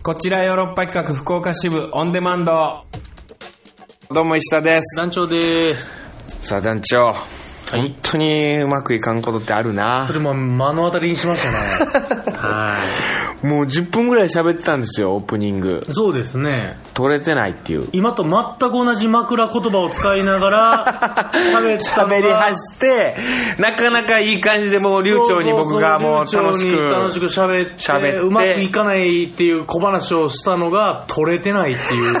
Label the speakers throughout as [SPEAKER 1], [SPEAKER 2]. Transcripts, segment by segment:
[SPEAKER 1] こちらヨーロッパ企画福岡支部オンデマンド。どうも石田です。
[SPEAKER 2] 団長でーす。
[SPEAKER 1] さあ団長、本当にうまくいかんことってあるな
[SPEAKER 2] そ。れも目の当たりにしましたね。 は
[SPEAKER 1] もう10分ぐらい喋ってたんですよ、オープニング
[SPEAKER 2] い。。そうですね。
[SPEAKER 1] 取れてないっていう。
[SPEAKER 2] 今と全く同じ枕言葉を使いな がら、喋ったのが
[SPEAKER 1] 喋り走って、なかなかいい感じでもう流暢に僕がもう
[SPEAKER 2] そうそう
[SPEAKER 1] 楽し
[SPEAKER 2] 流暢に楽し
[SPEAKER 1] く。
[SPEAKER 2] く喋って
[SPEAKER 1] 喋って
[SPEAKER 2] うまくいかないっていう小話をしたのが取れてないっ ていう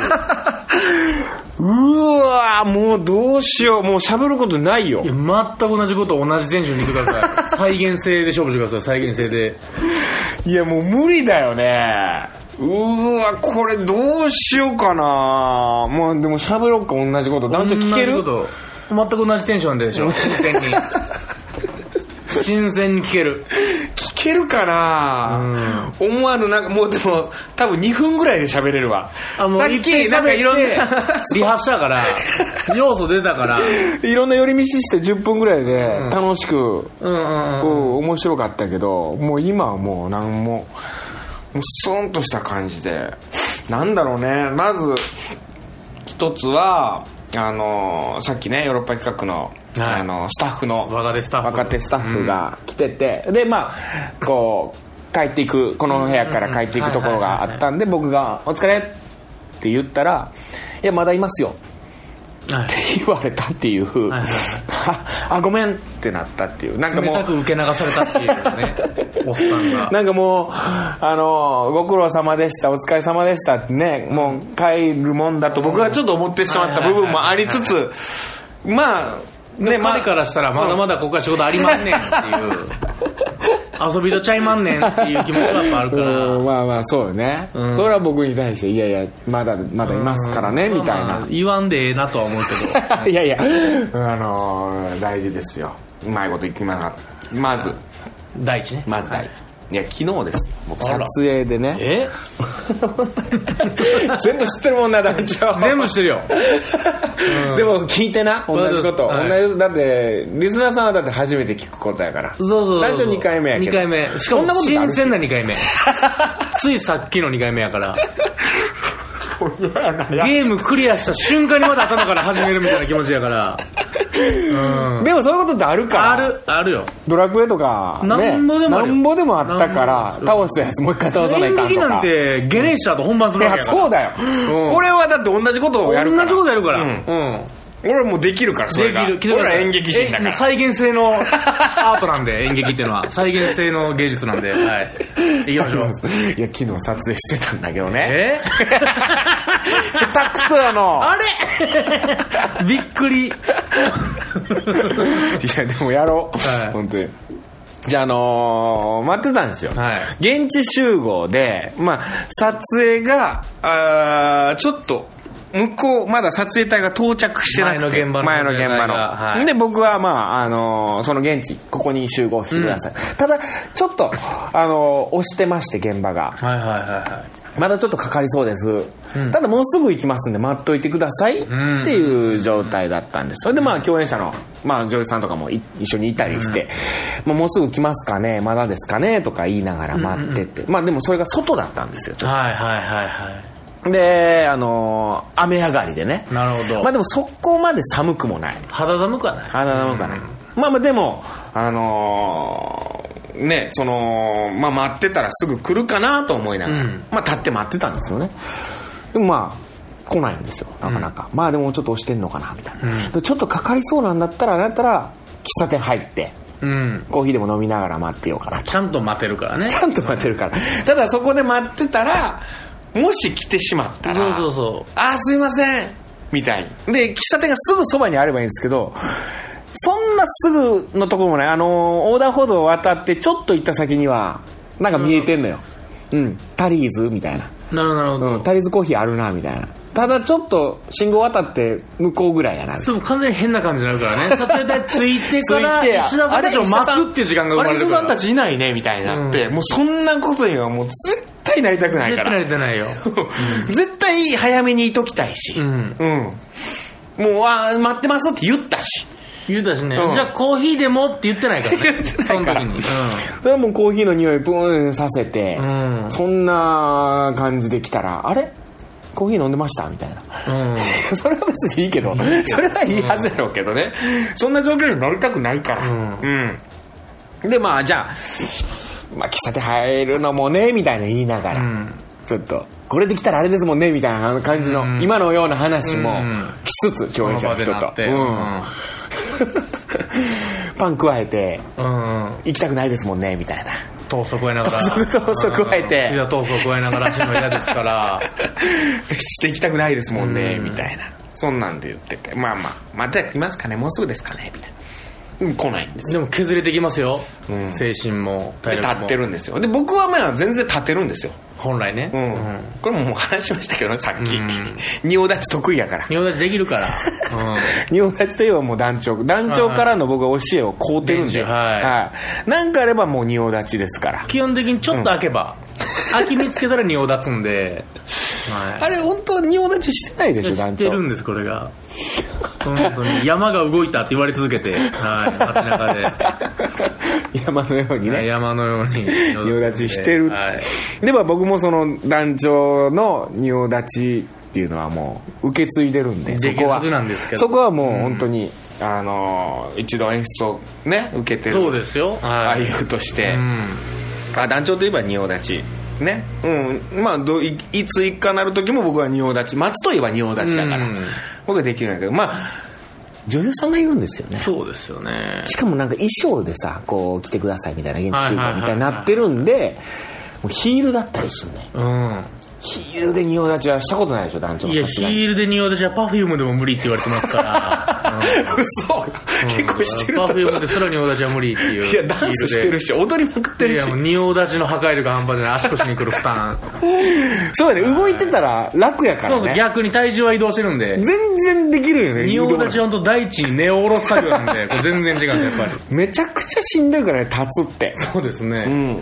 [SPEAKER 1] うわーもうどうしよう。もう喋ることないよ
[SPEAKER 2] い。や全く同じことを同じテンションに言ってください再現性で勝負してください再現性で
[SPEAKER 1] いや、もう無理だよね。うーわ、これどうしようかな。もうでも喋ろうか、同じこと。団長聞ける
[SPEAKER 2] 同じこと全く同じテンションでしょ新 鮮に新鮮に聞ける
[SPEAKER 1] 聞けるかな、思わぬ、なんかもうでも、多分2分ぐらいで喋れるわ。
[SPEAKER 2] あもう
[SPEAKER 1] さ
[SPEAKER 2] い
[SPEAKER 1] っ
[SPEAKER 2] っぺん
[SPEAKER 1] き、なんかいろんな、
[SPEAKER 2] リハしたから要素出たから
[SPEAKER 1] いろんな寄り道して10分ぐらいで楽しく、
[SPEAKER 2] う
[SPEAKER 1] う
[SPEAKER 2] んうんうん
[SPEAKER 1] ん、面白かったけど、もう今はもうなんも、もうスンとした感じで。なんだろうね、まず、一つは、あの、さっきね、ヨーロッパ企画の、
[SPEAKER 2] はい
[SPEAKER 1] あの、スタッフの、
[SPEAKER 2] 若手スタッフ
[SPEAKER 1] 若手スタッフが来てて、でまあこう帰っていくこの部屋から帰っていくところがあったんで僕が「お疲れ!」って言ったら「いやまだいますよ」
[SPEAKER 2] はい
[SPEAKER 1] って言われたっていう
[SPEAKER 2] はいはいはい
[SPEAKER 1] ああごめんってなったっていうなんか
[SPEAKER 2] 冷
[SPEAKER 1] も
[SPEAKER 2] た
[SPEAKER 1] う
[SPEAKER 2] く受け流されたっ ていうねおっさん が
[SPEAKER 1] なんかもう、あの、ご苦労様でした、お疲れ様でしたってね、もう帰るもんだと僕はちょっと思ってしまった部分もありつつ、まあ、ね、ま
[SPEAKER 2] 彼
[SPEAKER 1] あ、
[SPEAKER 2] からしたらまだまだここから仕事ありまんねんっていう遊びとちゃいまんねんっていう気持ちはやっぱあるから
[SPEAKER 1] うんまあまあそうよね、
[SPEAKER 2] ん
[SPEAKER 1] それは僕に対していやいやまだまだいますからねみたい
[SPEAKER 2] まあま
[SPEAKER 1] な
[SPEAKER 2] あ、言わんでええなとは思うけ ど
[SPEAKER 1] いやいやあのー大事ですようまいこといきながらまず
[SPEAKER 2] 第一ね
[SPEAKER 1] まず大事、い、や昨日です僕
[SPEAKER 2] あ
[SPEAKER 1] 撮
[SPEAKER 2] ら
[SPEAKER 1] 影でね
[SPEAKER 2] え
[SPEAKER 1] 全部知ってるもんな団 長
[SPEAKER 2] 全部してるよ
[SPEAKER 1] でも聞いてな同じこと、
[SPEAKER 2] はい
[SPEAKER 1] 同じだってリスナーさんはだって初めて聞くことやから
[SPEAKER 2] そうそうそう
[SPEAKER 1] 団長2回目やけど
[SPEAKER 2] 2回目しか
[SPEAKER 1] そんな
[SPEAKER 2] も
[SPEAKER 1] ことってある
[SPEAKER 2] 新
[SPEAKER 1] し
[SPEAKER 2] 鮮な2回目 ついさっきの2回目やからゲームクリアした瞬間にまだ頭から始めるみたいな気持ちやからうん
[SPEAKER 1] でもそういうことって あるから
[SPEAKER 2] あるあるよ
[SPEAKER 1] ドラクエとか、ね、
[SPEAKER 2] なんぼでもあるよ
[SPEAKER 1] なんぼでもあったから
[SPEAKER 2] なんぼでも
[SPEAKER 1] 倒
[SPEAKER 2] あ
[SPEAKER 1] したやつもう一回倒さない
[SPEAKER 2] 演
[SPEAKER 1] かんと
[SPEAKER 2] 劇
[SPEAKER 1] か
[SPEAKER 2] なんてゲネした後本番す
[SPEAKER 1] い
[SPEAKER 2] るわけ
[SPEAKER 1] や
[SPEAKER 2] やから
[SPEAKER 1] そうだよ、
[SPEAKER 2] うん
[SPEAKER 1] 俺はだって同じことをやるから
[SPEAKER 2] 同じことやるから
[SPEAKER 1] うん
[SPEAKER 2] うん
[SPEAKER 1] 俺もうできるからそれが
[SPEAKER 2] できる
[SPEAKER 1] 俺は演劇人だか
[SPEAKER 2] え
[SPEAKER 1] ら
[SPEAKER 2] 再現性のアートなんで演劇っていうのは再現性の芸術なんではい行きましょ う
[SPEAKER 1] いや昨日撮影してたんだけどね
[SPEAKER 2] え
[SPEAKER 1] 下手くそやの
[SPEAKER 2] あ れびっくり
[SPEAKER 1] いやでもやろう、
[SPEAKER 2] はい
[SPEAKER 1] 本当にじゃああのー待ってたんですよ、
[SPEAKER 2] はい
[SPEAKER 1] 現地集合で、まあ、撮影があーちょっと向こうまだ撮影隊が到着してなくて
[SPEAKER 2] 前の現場の
[SPEAKER 1] 前の現場の
[SPEAKER 2] 撮影隊がはい
[SPEAKER 1] で僕はまあ、あのーその現地ここに集合してください、ただちょっと、あのー押してまして現場が
[SPEAKER 2] はいはいはいはい
[SPEAKER 1] まだちょっとかかりそうです、ただもうすぐ行きますんで待っといてくださいって
[SPEAKER 2] ん
[SPEAKER 1] いう状態だったんですそれでまあ共演者の、まあ、女優さんとかもい一緒にいたりして、まあもうすぐ来ますかねまだですかねとか言いながら待ってて、まあでもそれが外だったんですよちょっ
[SPEAKER 2] はいはいはいはい
[SPEAKER 1] とであのー雨上がりでね
[SPEAKER 2] なるほど
[SPEAKER 1] まあでもそこまで寒くもない
[SPEAKER 2] 肌寒くはない
[SPEAKER 1] 肌寒くはない、まあまあでもあのーね、その、まあ、待ってたらすぐ来るかなと思いながら、
[SPEAKER 2] うん
[SPEAKER 1] まあ、立って待ってたんですよね。でもまあ、来ないんですよ、なかなか。まあ、でもちょっと押してんのかな、みたいな。でちょっとかかりそうなんだったら、だったら、喫茶店入って、
[SPEAKER 2] うん
[SPEAKER 1] コーヒーでも飲みながら待ってようかなと。
[SPEAKER 2] ちゃんと待てるからね
[SPEAKER 1] ちゃんと待ってるから。ただ、そこで待ってたら、もし来てしまったら、
[SPEAKER 2] そうそうそう
[SPEAKER 1] あーすいませんみたいにで喫茶店がすぐそばにあればいいんですけどそんなすぐのところもないあのー横断歩道を渡ってちょっと行った先にはなんか見えてんのよ、うんタリーズみたいな、
[SPEAKER 2] なるほどなるほど
[SPEAKER 1] うん、タリーズコーヒーあるなみたいなただちょっと信号渡って向こうぐらいやなみたいな
[SPEAKER 2] でも完全に変な感じになるからね 撮影隊ついてか
[SPEAKER 1] つ
[SPEAKER 2] ら
[SPEAKER 1] いてや
[SPEAKER 2] 石田さんたちを待つっていう時間が生
[SPEAKER 1] あ
[SPEAKER 2] ま
[SPEAKER 1] れ
[SPEAKER 2] れる
[SPEAKER 1] 人
[SPEAKER 2] か
[SPEAKER 1] さん
[SPEAKER 2] ら
[SPEAKER 1] たちいないねみたいになって、もうそんなことにはもう絶対なりたくない
[SPEAKER 2] 絶
[SPEAKER 1] か
[SPEAKER 2] 対慣
[SPEAKER 1] ら
[SPEAKER 2] れてないよ
[SPEAKER 1] 絶対早めにいときたいし、
[SPEAKER 2] うん
[SPEAKER 1] うん。もう、あー待ってますって言ったし。
[SPEAKER 2] 言うたしね、
[SPEAKER 1] うん
[SPEAKER 2] じゃあコーヒーでもって言ってないからね。その時に。うん。
[SPEAKER 1] それはもうコーヒーの匂いブーンさせて、
[SPEAKER 2] うん
[SPEAKER 1] そんな感じで来たら、あれコーヒー飲んでましたみたいな。
[SPEAKER 2] うん。
[SPEAKER 1] それは別にいいけど、それはいいはずやろうけどね。そんな状況になりたくないから。うん。で、まあ、じゃあ、まあ、喫茶店入るのもね、みたいな言いながら、
[SPEAKER 2] うん
[SPEAKER 1] ちょっと、これできたらあれですもんね、みたいな感じの、
[SPEAKER 2] うん
[SPEAKER 1] 今のような話も
[SPEAKER 2] うん
[SPEAKER 1] しつつ、共演者の人
[SPEAKER 2] その場でなっ
[SPEAKER 1] と。
[SPEAKER 2] て
[SPEAKER 1] うん パン加えて、
[SPEAKER 2] うん。うん。
[SPEAKER 1] 行きたくないですもんね、みたいな。
[SPEAKER 2] トースト加えながら。
[SPEAKER 1] トーストトースト加えて
[SPEAKER 2] うんピザトースト加えながらしいの嫌ですから。
[SPEAKER 1] していきたくないですもんね、
[SPEAKER 2] うん
[SPEAKER 1] みたいな。そんなんで言ってて、まあまあ、また来ますかね、もうすぐですかね、みたいな。うん、来ないんです。
[SPEAKER 2] でも削れてきますよ。
[SPEAKER 1] うん
[SPEAKER 2] 精神も
[SPEAKER 1] で、
[SPEAKER 2] 体
[SPEAKER 1] 立
[SPEAKER 2] 力も。
[SPEAKER 1] ってるんですよ。で、僕はまあ全然立てるんですよ。
[SPEAKER 2] 本来ね。
[SPEAKER 1] うん。これももう話しましたけどね、さっき。仁王立ち得意やから。
[SPEAKER 2] 仁王立ちでき るから。うん。
[SPEAKER 1] 仁王立ちといえばもう団長。団長からの僕は教えを買うてるんで。
[SPEAKER 2] 伝授はい
[SPEAKER 1] い。なんかあればもう仁王立ちですから。
[SPEAKER 2] 基本的にちょっと開けば、開き見つけたら仁王立つんで。は
[SPEAKER 1] あ
[SPEAKER 2] い。
[SPEAKER 1] れ本当は仁王立ちしてないでしょ、
[SPEAKER 2] 知っ
[SPEAKER 1] 団
[SPEAKER 2] て
[SPEAKER 1] 長
[SPEAKER 2] る。んです、これが。本当に。山が動いたって言われ続けて、はい、街中
[SPEAKER 1] 山のように
[SPEAKER 2] で。
[SPEAKER 1] ね。
[SPEAKER 2] 山のように
[SPEAKER 1] 仁王立ちしてる。
[SPEAKER 2] はい。
[SPEAKER 1] では僕もその団長の仁王立ちっていうのはもう受け継いでるんで、そ
[SPEAKER 2] でき
[SPEAKER 1] こ
[SPEAKER 2] る
[SPEAKER 1] は
[SPEAKER 2] はずなんですけ。ど
[SPEAKER 1] そこはもう本当に、あのー、一度演出をね、受けて
[SPEAKER 2] そう
[SPEAKER 1] る
[SPEAKER 2] ですよ。はい。
[SPEAKER 1] 俳優とし
[SPEAKER 2] う
[SPEAKER 1] て。
[SPEAKER 2] ん。
[SPEAKER 1] あ団長といえば仁王立ちねうんまあどいいつ一家なる時も僕は仁王立ち松といえば仁王立ちだから、
[SPEAKER 2] うん
[SPEAKER 1] 僕はできるんだけどまあ女優さんがいるんですよね
[SPEAKER 2] そうですよね。
[SPEAKER 1] しかもなんか衣装でさこう来てくださいみたいな現地集
[SPEAKER 2] はいはいはい
[SPEAKER 1] 合
[SPEAKER 2] はい
[SPEAKER 1] みたいになってるんでもうヒールだったりするね
[SPEAKER 2] うん。
[SPEAKER 1] ヒールで仁王立ちはしたことないでしょ団長
[SPEAKER 2] いや、
[SPEAKER 1] さす
[SPEAKER 2] ヒ
[SPEAKER 1] がに
[SPEAKER 2] ールで仁王立ちはパフュームでも無理って言われてますから。
[SPEAKER 1] 嘘
[SPEAKER 2] うん
[SPEAKER 1] 結構してる
[SPEAKER 2] パ
[SPEAKER 1] んだ
[SPEAKER 2] フュームで空に王立ちは無理ってい
[SPEAKER 1] い
[SPEAKER 2] う。
[SPEAKER 1] やダンスしてるし踊りまくっ
[SPEAKER 2] ヒー
[SPEAKER 1] て
[SPEAKER 2] ルで。い
[SPEAKER 1] る
[SPEAKER 2] や、
[SPEAKER 1] し
[SPEAKER 2] もう仁王立ちの破壊力が半端じゃない。足腰に来る負担。
[SPEAKER 1] そうやね動いてたら楽やか
[SPEAKER 2] そ
[SPEAKER 1] ら
[SPEAKER 2] うそう、
[SPEAKER 1] ね
[SPEAKER 2] 逆に体重は移動してるんで。
[SPEAKER 1] 全然できるよね
[SPEAKER 2] 仁王立ちは本当大地に根を下ろす作業なんで、これ全然違うんですやっぱり。
[SPEAKER 1] めちゃくちゃしんどいからね立つって
[SPEAKER 2] そうです
[SPEAKER 1] う
[SPEAKER 2] ね。
[SPEAKER 1] ん。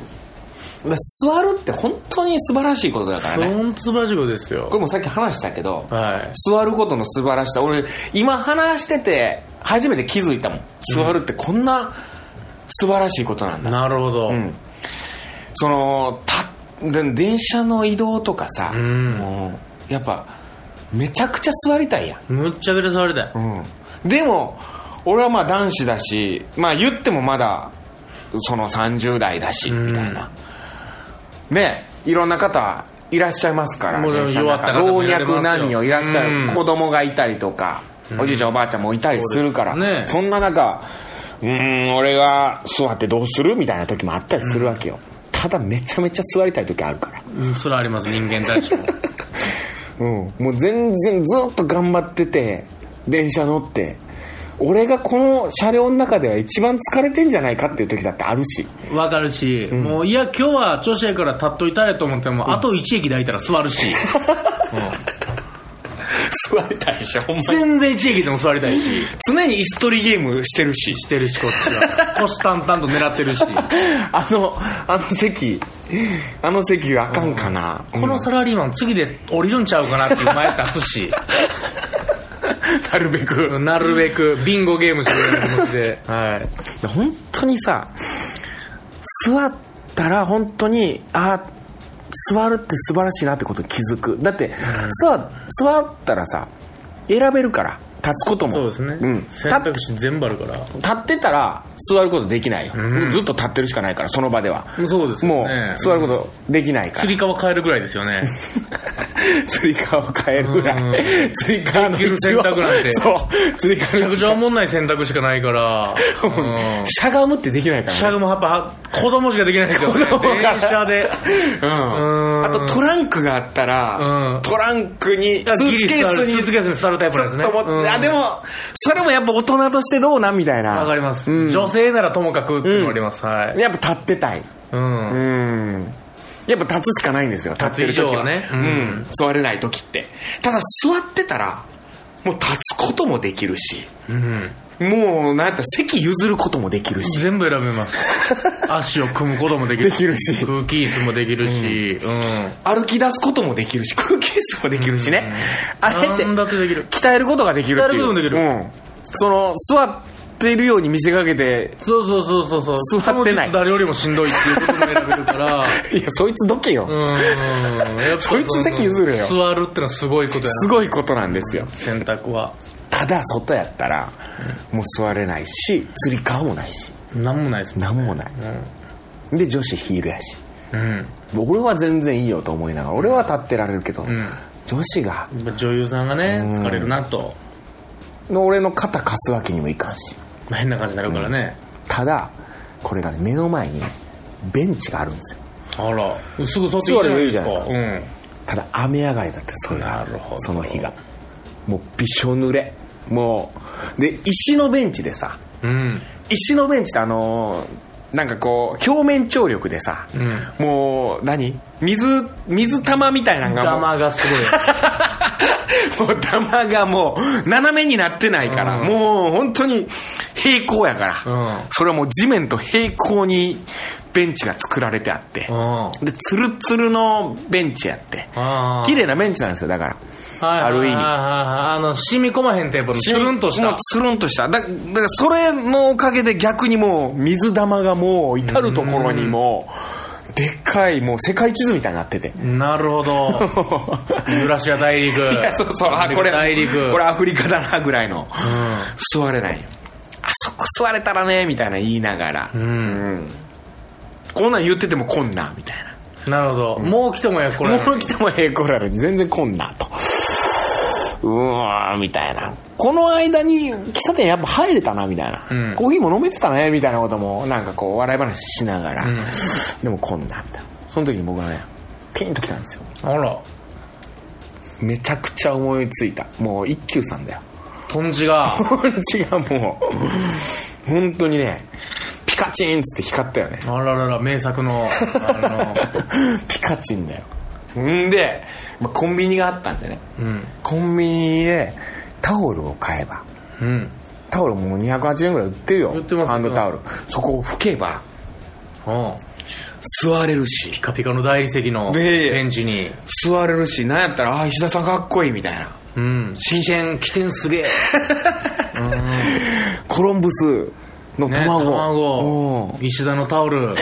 [SPEAKER 1] まあ座るって本当に素晴らしいことだか
[SPEAKER 2] そ
[SPEAKER 1] らね。
[SPEAKER 2] んとラジオです
[SPEAKER 1] これ
[SPEAKER 2] よ。
[SPEAKER 1] もさっき話したけど、
[SPEAKER 2] はい。
[SPEAKER 1] 座ることの素晴らしさ。俺、今話してて、初めて気づいたもん。座るってこんな素晴らしいことなんだ。
[SPEAKER 2] なるほど。
[SPEAKER 1] うん。その、た、で電車の移動とかさ、
[SPEAKER 2] うん
[SPEAKER 1] もうやっぱ、めちゃくちゃ座りたいやん。
[SPEAKER 2] むっちゃくちゃ触れたい。
[SPEAKER 1] うん、でも俺はまあ男子だしまあ言ってもまだその30代だし
[SPEAKER 2] うん
[SPEAKER 1] みたいな、ねいろんな方いらっしゃいますから、
[SPEAKER 2] もう
[SPEAKER 1] 電車の中
[SPEAKER 2] 弱った方もいらっしゃい
[SPEAKER 1] 老若
[SPEAKER 2] ますよ
[SPEAKER 1] 男女いらっしゃる、
[SPEAKER 2] うん
[SPEAKER 1] 子供がいたりとか、おじいちゃんおばあちゃんもいたりするから
[SPEAKER 2] そ
[SPEAKER 1] そ,、
[SPEAKER 2] うですね
[SPEAKER 1] んな中うーん俺が座ってどうするみたいな時もあったりするわけよ、ただめちゃめちゃ座りたい時あるから
[SPEAKER 2] うん、それはあります、人間たち も。
[SPEAKER 1] うん、もう全然ずっと頑張ってて電車乗って俺がこの車両の中では一番疲れてんじゃないかっていう時だってある し
[SPEAKER 2] わかるし、もう、いや、今日は調子やから立っといたれと思っても、あと1駅で空いたら座る し。うん
[SPEAKER 1] 座りたいしほん
[SPEAKER 2] 全然1駅でも座りたいし。
[SPEAKER 1] 常に椅子取りゲームしてる し
[SPEAKER 2] してるし、こっちは。 腰淡々と狙ってるし。
[SPEAKER 1] あのあの席あの席はあかんかな、
[SPEAKER 2] このサラリーマン、次で降りるんちゃうかなっていう前立つし。
[SPEAKER 1] なるべく
[SPEAKER 2] なるべく、ビンゴゲームしてるような気持ちで。はい。
[SPEAKER 1] 本当にさ座ったら本当にあ座るって素晴らしいなってことに気づくだって、座座ったらさ選べるから立つことも
[SPEAKER 2] そうですね。
[SPEAKER 1] ん、立
[SPEAKER 2] 選
[SPEAKER 1] っ
[SPEAKER 2] 択肢全部あるから。
[SPEAKER 1] 立ってたら座ることできないよ、
[SPEAKER 2] うん
[SPEAKER 1] ずっと立ってるしかないからその場では
[SPEAKER 2] そうです
[SPEAKER 1] も
[SPEAKER 2] よ
[SPEAKER 1] う
[SPEAKER 2] ね。
[SPEAKER 1] 座ることできない から、
[SPEAKER 2] 釣り革変えるぐらいですよ ね。
[SPEAKER 1] つり革を変えるぐらいつり革の
[SPEAKER 2] できる選択なんて
[SPEAKER 1] そうつり
[SPEAKER 2] めち
[SPEAKER 1] 革
[SPEAKER 2] ゃ
[SPEAKER 1] の
[SPEAKER 2] くちゃおもんない選択しかないから。 うん
[SPEAKER 1] しゃがむってできないから、ね、
[SPEAKER 2] シャグもやっぱ子供しかできないですよね。
[SPEAKER 1] 供から
[SPEAKER 2] 電車で。
[SPEAKER 1] うん
[SPEAKER 2] うん
[SPEAKER 1] あとトランクがあったら、
[SPEAKER 2] うん
[SPEAKER 1] トランクにス
[SPEAKER 2] あギ
[SPEAKER 1] ーツ
[SPEAKER 2] リ
[SPEAKER 1] ケ
[SPEAKER 2] 座
[SPEAKER 1] ー
[SPEAKER 2] る、
[SPEAKER 1] ス
[SPEAKER 2] ス
[SPEAKER 1] に
[SPEAKER 2] ーツケースに座るタイプ
[SPEAKER 1] ち
[SPEAKER 2] なん
[SPEAKER 1] ょっと
[SPEAKER 2] ですね。
[SPEAKER 1] 思って、
[SPEAKER 2] うん
[SPEAKER 1] あでもそれもやっぱ大人としてどうなんみたいな
[SPEAKER 2] わかります。
[SPEAKER 1] うん
[SPEAKER 2] 女性ならともかくっていうのもあります。はい。
[SPEAKER 1] やっぱ立ってたい
[SPEAKER 2] うん。
[SPEAKER 1] うんやっぱ立つしかないんですよ立ってる
[SPEAKER 2] 立つ
[SPEAKER 1] 時
[SPEAKER 2] 以上
[SPEAKER 1] は
[SPEAKER 2] はね
[SPEAKER 1] う
[SPEAKER 2] うんん
[SPEAKER 1] 座れない時ってただ座ってたらもう立つこともできるし
[SPEAKER 2] うん
[SPEAKER 1] もうなんやったら席譲ることもできるし
[SPEAKER 2] 全部選 べます。足を組むこともできる
[SPEAKER 1] できるし
[SPEAKER 2] 空気椅子もできるし。うん。
[SPEAKER 1] 歩き出すこともできるし空気椅子もできるしね、あれって
[SPEAKER 2] なんだってできる。
[SPEAKER 1] 鍛えることができるっていう
[SPEAKER 2] 鍛えることもできる
[SPEAKER 1] うん、その座っってるように見せかけて、
[SPEAKER 2] そうそうそうそうそう
[SPEAKER 1] 座ってない
[SPEAKER 2] そのうち誰よりもしんどいっていうことも選べるから
[SPEAKER 1] いや、そいつどけよ。
[SPEAKER 2] うーんやっぱ
[SPEAKER 1] そいつ席譲れよ
[SPEAKER 2] 座るってのはすごいことや
[SPEAKER 1] すごいことなんですよ。
[SPEAKER 2] な選択は
[SPEAKER 1] ただ、外やったら、もう座れないし、釣り革もないし、
[SPEAKER 2] なんもないですも
[SPEAKER 1] なんもない。で、女子ヒールやし。
[SPEAKER 2] んうん
[SPEAKER 1] 俺は全然いいよと思いながら、俺は立ってられるけど、
[SPEAKER 2] ん
[SPEAKER 1] 女子が、
[SPEAKER 2] やっぱ女優さんがね疲れるなと
[SPEAKER 1] 俺の肩貸すわけにもいかんし。
[SPEAKER 2] まあ変な感じになるからね、
[SPEAKER 1] ただ、これがね、目の前にベンチがあるんですよ。
[SPEAKER 2] あらすぐ座っていいじゃないですか
[SPEAKER 1] 座ればいいただ雨上がりだったそれが
[SPEAKER 2] なるほど
[SPEAKER 1] その日がもうびしょ濡れもうで石のベンチでさ
[SPEAKER 2] うん
[SPEAKER 1] 石のベンチってあのーなんかこう表面張力でさ、
[SPEAKER 2] う
[SPEAKER 1] もう何水水玉みたいなの
[SPEAKER 2] うん
[SPEAKER 1] がも
[SPEAKER 2] 玉がすごい
[SPEAKER 1] うもう玉がもう斜めになってないから、
[SPEAKER 2] うん
[SPEAKER 1] もう本当に平行やから、
[SPEAKER 2] うん
[SPEAKER 1] それはもう地面と平行にベンチが作られてあって
[SPEAKER 2] う、ん
[SPEAKER 1] でツルツルのベンチやって
[SPEAKER 2] あー
[SPEAKER 1] 綺麗なベンチなんですよだから
[SPEAKER 2] はい
[SPEAKER 1] ある意味
[SPEAKER 2] はいはいはいあの染み込まへんテープのつるんとし
[SPEAKER 1] もう
[SPEAKER 2] た
[SPEAKER 1] つるんとした。だ、だからそれのおかげで逆にもう水玉がもう至るところにもう、でっかいもう世界地図みたいにな ってて。
[SPEAKER 2] なるほどユーラシア大陸
[SPEAKER 1] いやそうそう、あ、これ、
[SPEAKER 2] 大陸
[SPEAKER 1] これアフリカだなぐらいの。
[SPEAKER 2] うん
[SPEAKER 1] 座れないよ。あそこ座れたらね、みたいな言いながら。
[SPEAKER 2] うん
[SPEAKER 1] んこんなん言っててもこんな、みたいな。
[SPEAKER 2] なるほど。もう来てもや、これ。
[SPEAKER 1] もう来ても平行なのに全然こんなと。うーん、みたいな。この間に喫茶店やっぱ入れたな、みたいな。
[SPEAKER 2] うん
[SPEAKER 1] コーヒーも飲めてたね、みたいなことも、なんかこう、笑い話しながら。
[SPEAKER 2] うん
[SPEAKER 1] でもこんな、みたいな。その時に僕はね、ピンと来たんですよ。
[SPEAKER 2] あら、
[SPEAKER 1] めちゃくちゃ思いついた。もう一休さんだよ。
[SPEAKER 2] トンジが。
[SPEAKER 1] 違う、もう、本当にね、ピカチンっつって光ったよね。
[SPEAKER 2] あららら、名作の、あ
[SPEAKER 1] ピカチンだよ。んで、まあ、コンビニがあったんでね。
[SPEAKER 2] の、うん。
[SPEAKER 1] コンビニでタオルを買えば
[SPEAKER 2] うん。
[SPEAKER 1] タオルもう280円ぐらい売ってるよ
[SPEAKER 2] 売ってます
[SPEAKER 1] ハンドタオルそこを拭けば
[SPEAKER 2] うん
[SPEAKER 1] 座れるし
[SPEAKER 2] ピカピカの大理石の
[SPEAKER 1] ねえ
[SPEAKER 2] ベンチに。
[SPEAKER 1] 座れるしなんやったらああ石田さんかっこいいみたいな
[SPEAKER 2] うん。新鮮、起点すげ え。
[SPEAKER 1] コロンブスの
[SPEAKER 2] ね、
[SPEAKER 1] 卵、
[SPEAKER 2] 卵
[SPEAKER 1] う。ん
[SPEAKER 2] 石田のタ オル。うん。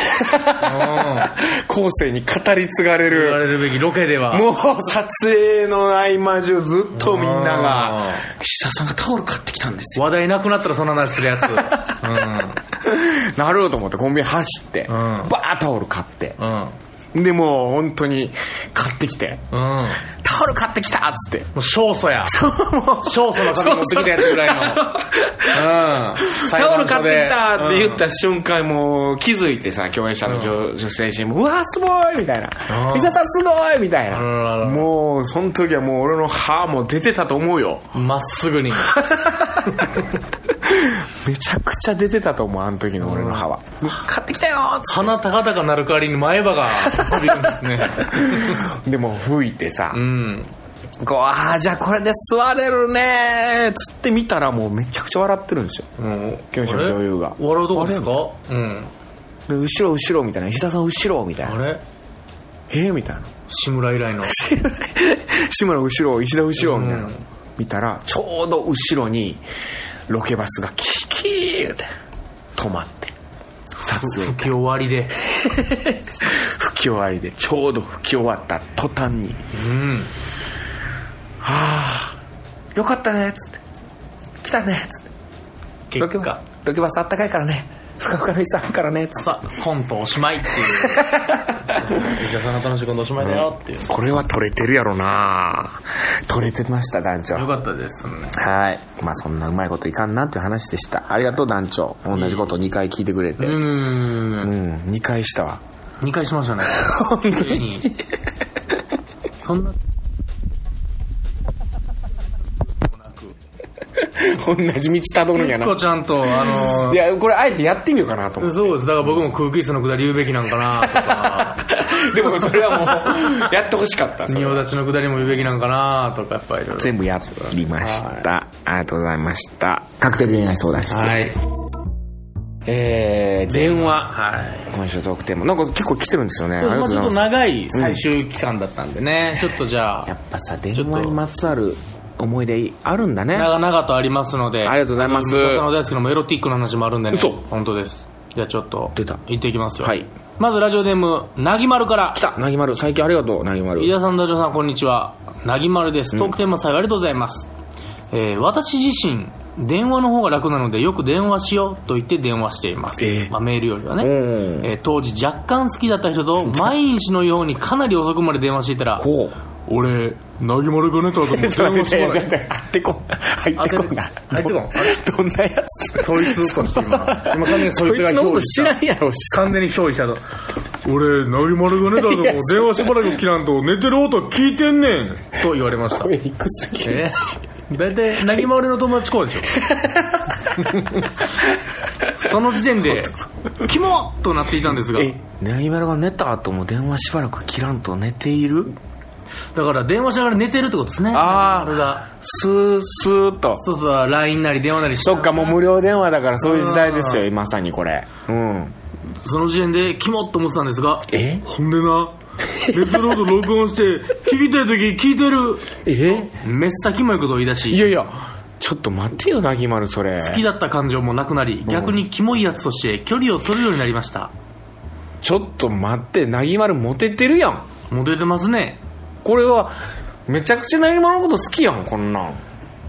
[SPEAKER 1] 後世に語り継がれ
[SPEAKER 2] 言わ
[SPEAKER 1] る
[SPEAKER 2] れるべきロケでは。
[SPEAKER 1] もう撮影の合間中ずっとみんなが
[SPEAKER 2] うん
[SPEAKER 1] 石田さんがタオル買ってきたんですよ
[SPEAKER 2] 話題なくなったらそんな話す るやつ。う
[SPEAKER 1] なるほどと思ってコンビニ走って、
[SPEAKER 2] ん
[SPEAKER 1] バーッタオル買って
[SPEAKER 2] ん。うん。
[SPEAKER 1] でもう本当に買ってきて
[SPEAKER 2] うん。も
[SPEAKER 1] タオル買ってきたっつって
[SPEAKER 2] う、勝訴 や。勝訴の紙持ってきたやつぐらいの。うん。裁
[SPEAKER 1] タオル買
[SPEAKER 2] 判所
[SPEAKER 1] っ
[SPEAKER 2] で
[SPEAKER 1] てきたって言った瞬間、もう気づいてさ、共演者の女,、女性陣も、うわーすごいみたいな
[SPEAKER 2] う。ん
[SPEAKER 1] 伊沢さんすごいみたいな
[SPEAKER 2] あららら。
[SPEAKER 1] もう、その時はもう俺の歯も出てたと思うよ。
[SPEAKER 2] まっすぐに。
[SPEAKER 1] めちゃくちゃ出てたと思う、あの時の俺の歯は。買ってきたよーっつ
[SPEAKER 2] 鼻高々なる代わりに前歯が伸びるんですね。
[SPEAKER 1] って でも吹いてさ、
[SPEAKER 2] うん。
[SPEAKER 1] こう、ああ、じゃあこれで座れるねーっつって見たらもうめちゃくちゃ笑ってるんですよ。
[SPEAKER 2] うん。
[SPEAKER 1] 教師の女優が
[SPEAKER 2] あれ笑うとこですかうん。
[SPEAKER 1] で後ろ後ろみたいな、石田さん後ろみたい
[SPEAKER 2] あ
[SPEAKER 1] な。
[SPEAKER 2] れ
[SPEAKER 1] えーみたいな。
[SPEAKER 2] 志村以来の。
[SPEAKER 1] 志村後ろ石田後ろみたいな、
[SPEAKER 2] うん
[SPEAKER 1] 見たらちょうど後ろにロケバスがキキーって止まって撮 影
[SPEAKER 2] 吹き終わりで。
[SPEAKER 1] 吹き終わりでちょうど吹き終わった途端に
[SPEAKER 2] うん。
[SPEAKER 1] 「ああよかったね」っつって「来たね」っつって「ロ
[SPEAKER 2] 結
[SPEAKER 1] ケバ
[SPEAKER 2] 果。
[SPEAKER 1] スロケバスあったかいからねふかふかの椅子あるからね」っつって
[SPEAKER 2] さあ、コントおしまいって いう。石田さんが楽しいコントおしまいだよっていう。
[SPEAKER 1] これは撮れてるやろな撮れてました団長
[SPEAKER 2] よかったですね。
[SPEAKER 1] はい。まあそんなうまいこといかんなっていう話でした。ありがとう団長。同じこと2回聞いてくれて。
[SPEAKER 2] う
[SPEAKER 1] うん、
[SPEAKER 2] ん。
[SPEAKER 1] 2回したわ。
[SPEAKER 2] 2回しましたね。 本当に。そんな。
[SPEAKER 1] 同じ道たどるんや
[SPEAKER 2] 結構
[SPEAKER 1] な。
[SPEAKER 2] ちゃんと、あの
[SPEAKER 1] いや、これあえてやってみようかなと思って。
[SPEAKER 2] そうです。だから僕も空気椅子のくだり言うべきなんかなとか、
[SPEAKER 1] でもそれはもう、や ってほしか った。それ
[SPEAKER 2] 仁王
[SPEAKER 1] は
[SPEAKER 2] 立ちのくだりも言うべきなんかなとか、やっぱりいろいろ。
[SPEAKER 1] 全部やりました。ありがとうございました。カクテル恋愛相談室。
[SPEAKER 2] はい。
[SPEAKER 1] えー、電話。
[SPEAKER 2] はい。
[SPEAKER 1] 今週のトークテーマ。なんか結構来てるんですよね。ありがと
[SPEAKER 2] ま
[SPEAKER 1] う
[SPEAKER 2] あ
[SPEAKER 1] ご
[SPEAKER 2] ち
[SPEAKER 1] ざ
[SPEAKER 2] ょ
[SPEAKER 1] い
[SPEAKER 2] っと
[SPEAKER 1] ます。
[SPEAKER 2] 長い最終期間だったんでね。ちょっとじゃ
[SPEAKER 1] や
[SPEAKER 2] あ
[SPEAKER 1] っ、ぱさ、電話にまつわる思い出あるんだね。
[SPEAKER 2] 長々とありますので。
[SPEAKER 1] ありがとうございます
[SPEAKER 2] あの三田の大好きのもエロティックな話もあるんでね。
[SPEAKER 1] 嘘
[SPEAKER 2] 本当です。じゃあちょっと。
[SPEAKER 1] 出た
[SPEAKER 2] 行っていきますよ。
[SPEAKER 1] はい。
[SPEAKER 2] まずラジオネーム、なぎまるから。
[SPEAKER 1] 来たなぎまる、最近ありがとう、なぎまる。
[SPEAKER 2] 飯田さん、ダジョさん、こんにちは。なぎまるです。トークテーマさん、ありがとうございます。えー私自身、電話の方が楽なので、よく電話しようと言って電話しています。
[SPEAKER 1] えー
[SPEAKER 2] まあ、メールよりはね。
[SPEAKER 1] うん
[SPEAKER 2] えー当時、若干好きだった人と、毎日のようにかなり遅くまで電話していたら、
[SPEAKER 1] こう。
[SPEAKER 2] 俺、なぎまるがねたと思って
[SPEAKER 1] ちょっ
[SPEAKER 2] 電
[SPEAKER 1] と待
[SPEAKER 2] 話
[SPEAKER 1] っ、
[SPEAKER 2] し
[SPEAKER 1] ちょっと 待
[SPEAKER 2] ててもら
[SPEAKER 1] って、入ってこん。入ってこんな。
[SPEAKER 2] 入ってこん
[SPEAKER 1] ど
[SPEAKER 2] あれ
[SPEAKER 1] どんなやつ
[SPEAKER 2] そいつとして今。今完全にそ
[SPEAKER 1] そ
[SPEAKER 2] い
[SPEAKER 1] い
[SPEAKER 2] つ
[SPEAKER 1] つ
[SPEAKER 2] が
[SPEAKER 1] のこと
[SPEAKER 2] 憑依
[SPEAKER 1] 知
[SPEAKER 2] し
[SPEAKER 1] らん
[SPEAKER 2] た。
[SPEAKER 1] やろ、
[SPEAKER 2] 完全に憑依したと。俺、なぎまるがねたと、電話しばらく切らんと、寝てる音聞いてんねん。と言われ ました。
[SPEAKER 1] いくつき
[SPEAKER 2] えだいたい、なぎまるの友達こうでしょ。 その時点で、 キモッとなっていたんですが、
[SPEAKER 1] え
[SPEAKER 2] だ
[SPEAKER 1] なぎまるが寝た後も電話しばらく切らんと寝ている
[SPEAKER 2] から電話しながら寝てるってことですね。
[SPEAKER 1] あー
[SPEAKER 2] これが。
[SPEAKER 1] スー、スーっと。
[SPEAKER 2] そうそう、LINE なり電話なりして
[SPEAKER 1] そっか、もう無料電話だからそういう時代ですよ、まさにこれ。うん。
[SPEAKER 2] その時点で、キモッと思ってたんですが、
[SPEAKER 1] え
[SPEAKER 2] ほんでな、ネットロード録音して、聞きたい時聞いてる。
[SPEAKER 1] え
[SPEAKER 2] めっさキモいことを言い出
[SPEAKER 1] い
[SPEAKER 2] し、
[SPEAKER 1] やいや、ちょっと待てよ、なぎまる、それ。
[SPEAKER 2] 好きだった感情もなくなり、逆にキモいやつとして距離を取るようになりました。
[SPEAKER 1] ちょっと待って、なぎまるモテてるやん。
[SPEAKER 2] モテてますね。
[SPEAKER 1] これは、めちゃくちゃなぎまるのこと好きやん、こん なん。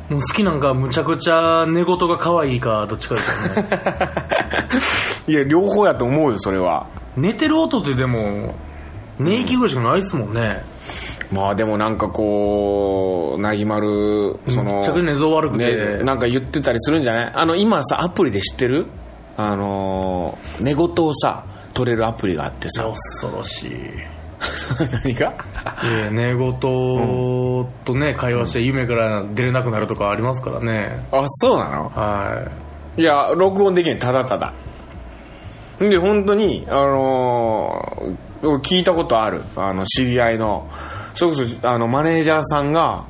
[SPEAKER 2] もう好きなんかむちゃくちゃ寝言が可愛いか、どっちかですよね。
[SPEAKER 1] いや、両方やと思うよ、それは。
[SPEAKER 2] 寝てる音ってでも、寝息ぐらいしかないですもんね。
[SPEAKER 1] まあでもなんかこう、なぎまる、そ
[SPEAKER 2] め
[SPEAKER 1] の、
[SPEAKER 2] ちゃくちゃ寝相悪く
[SPEAKER 1] ね
[SPEAKER 2] て。、
[SPEAKER 1] なんか言ってたりするんじゃないあの、今さ、アプリで知ってるあのー、寝言をさ、取れるアプリがあってさ、
[SPEAKER 2] 恐ろしい。
[SPEAKER 1] 何が
[SPEAKER 2] えー寝言とね、会話して夢から出れなくなるとかありますからね。
[SPEAKER 1] あ、そうなの
[SPEAKER 2] はい。
[SPEAKER 1] いや、録音できん、ただただ。んで、本当に、あのー俺聞いたことある。あの、知り合いの。それこそ、あの、マネージャーさんが、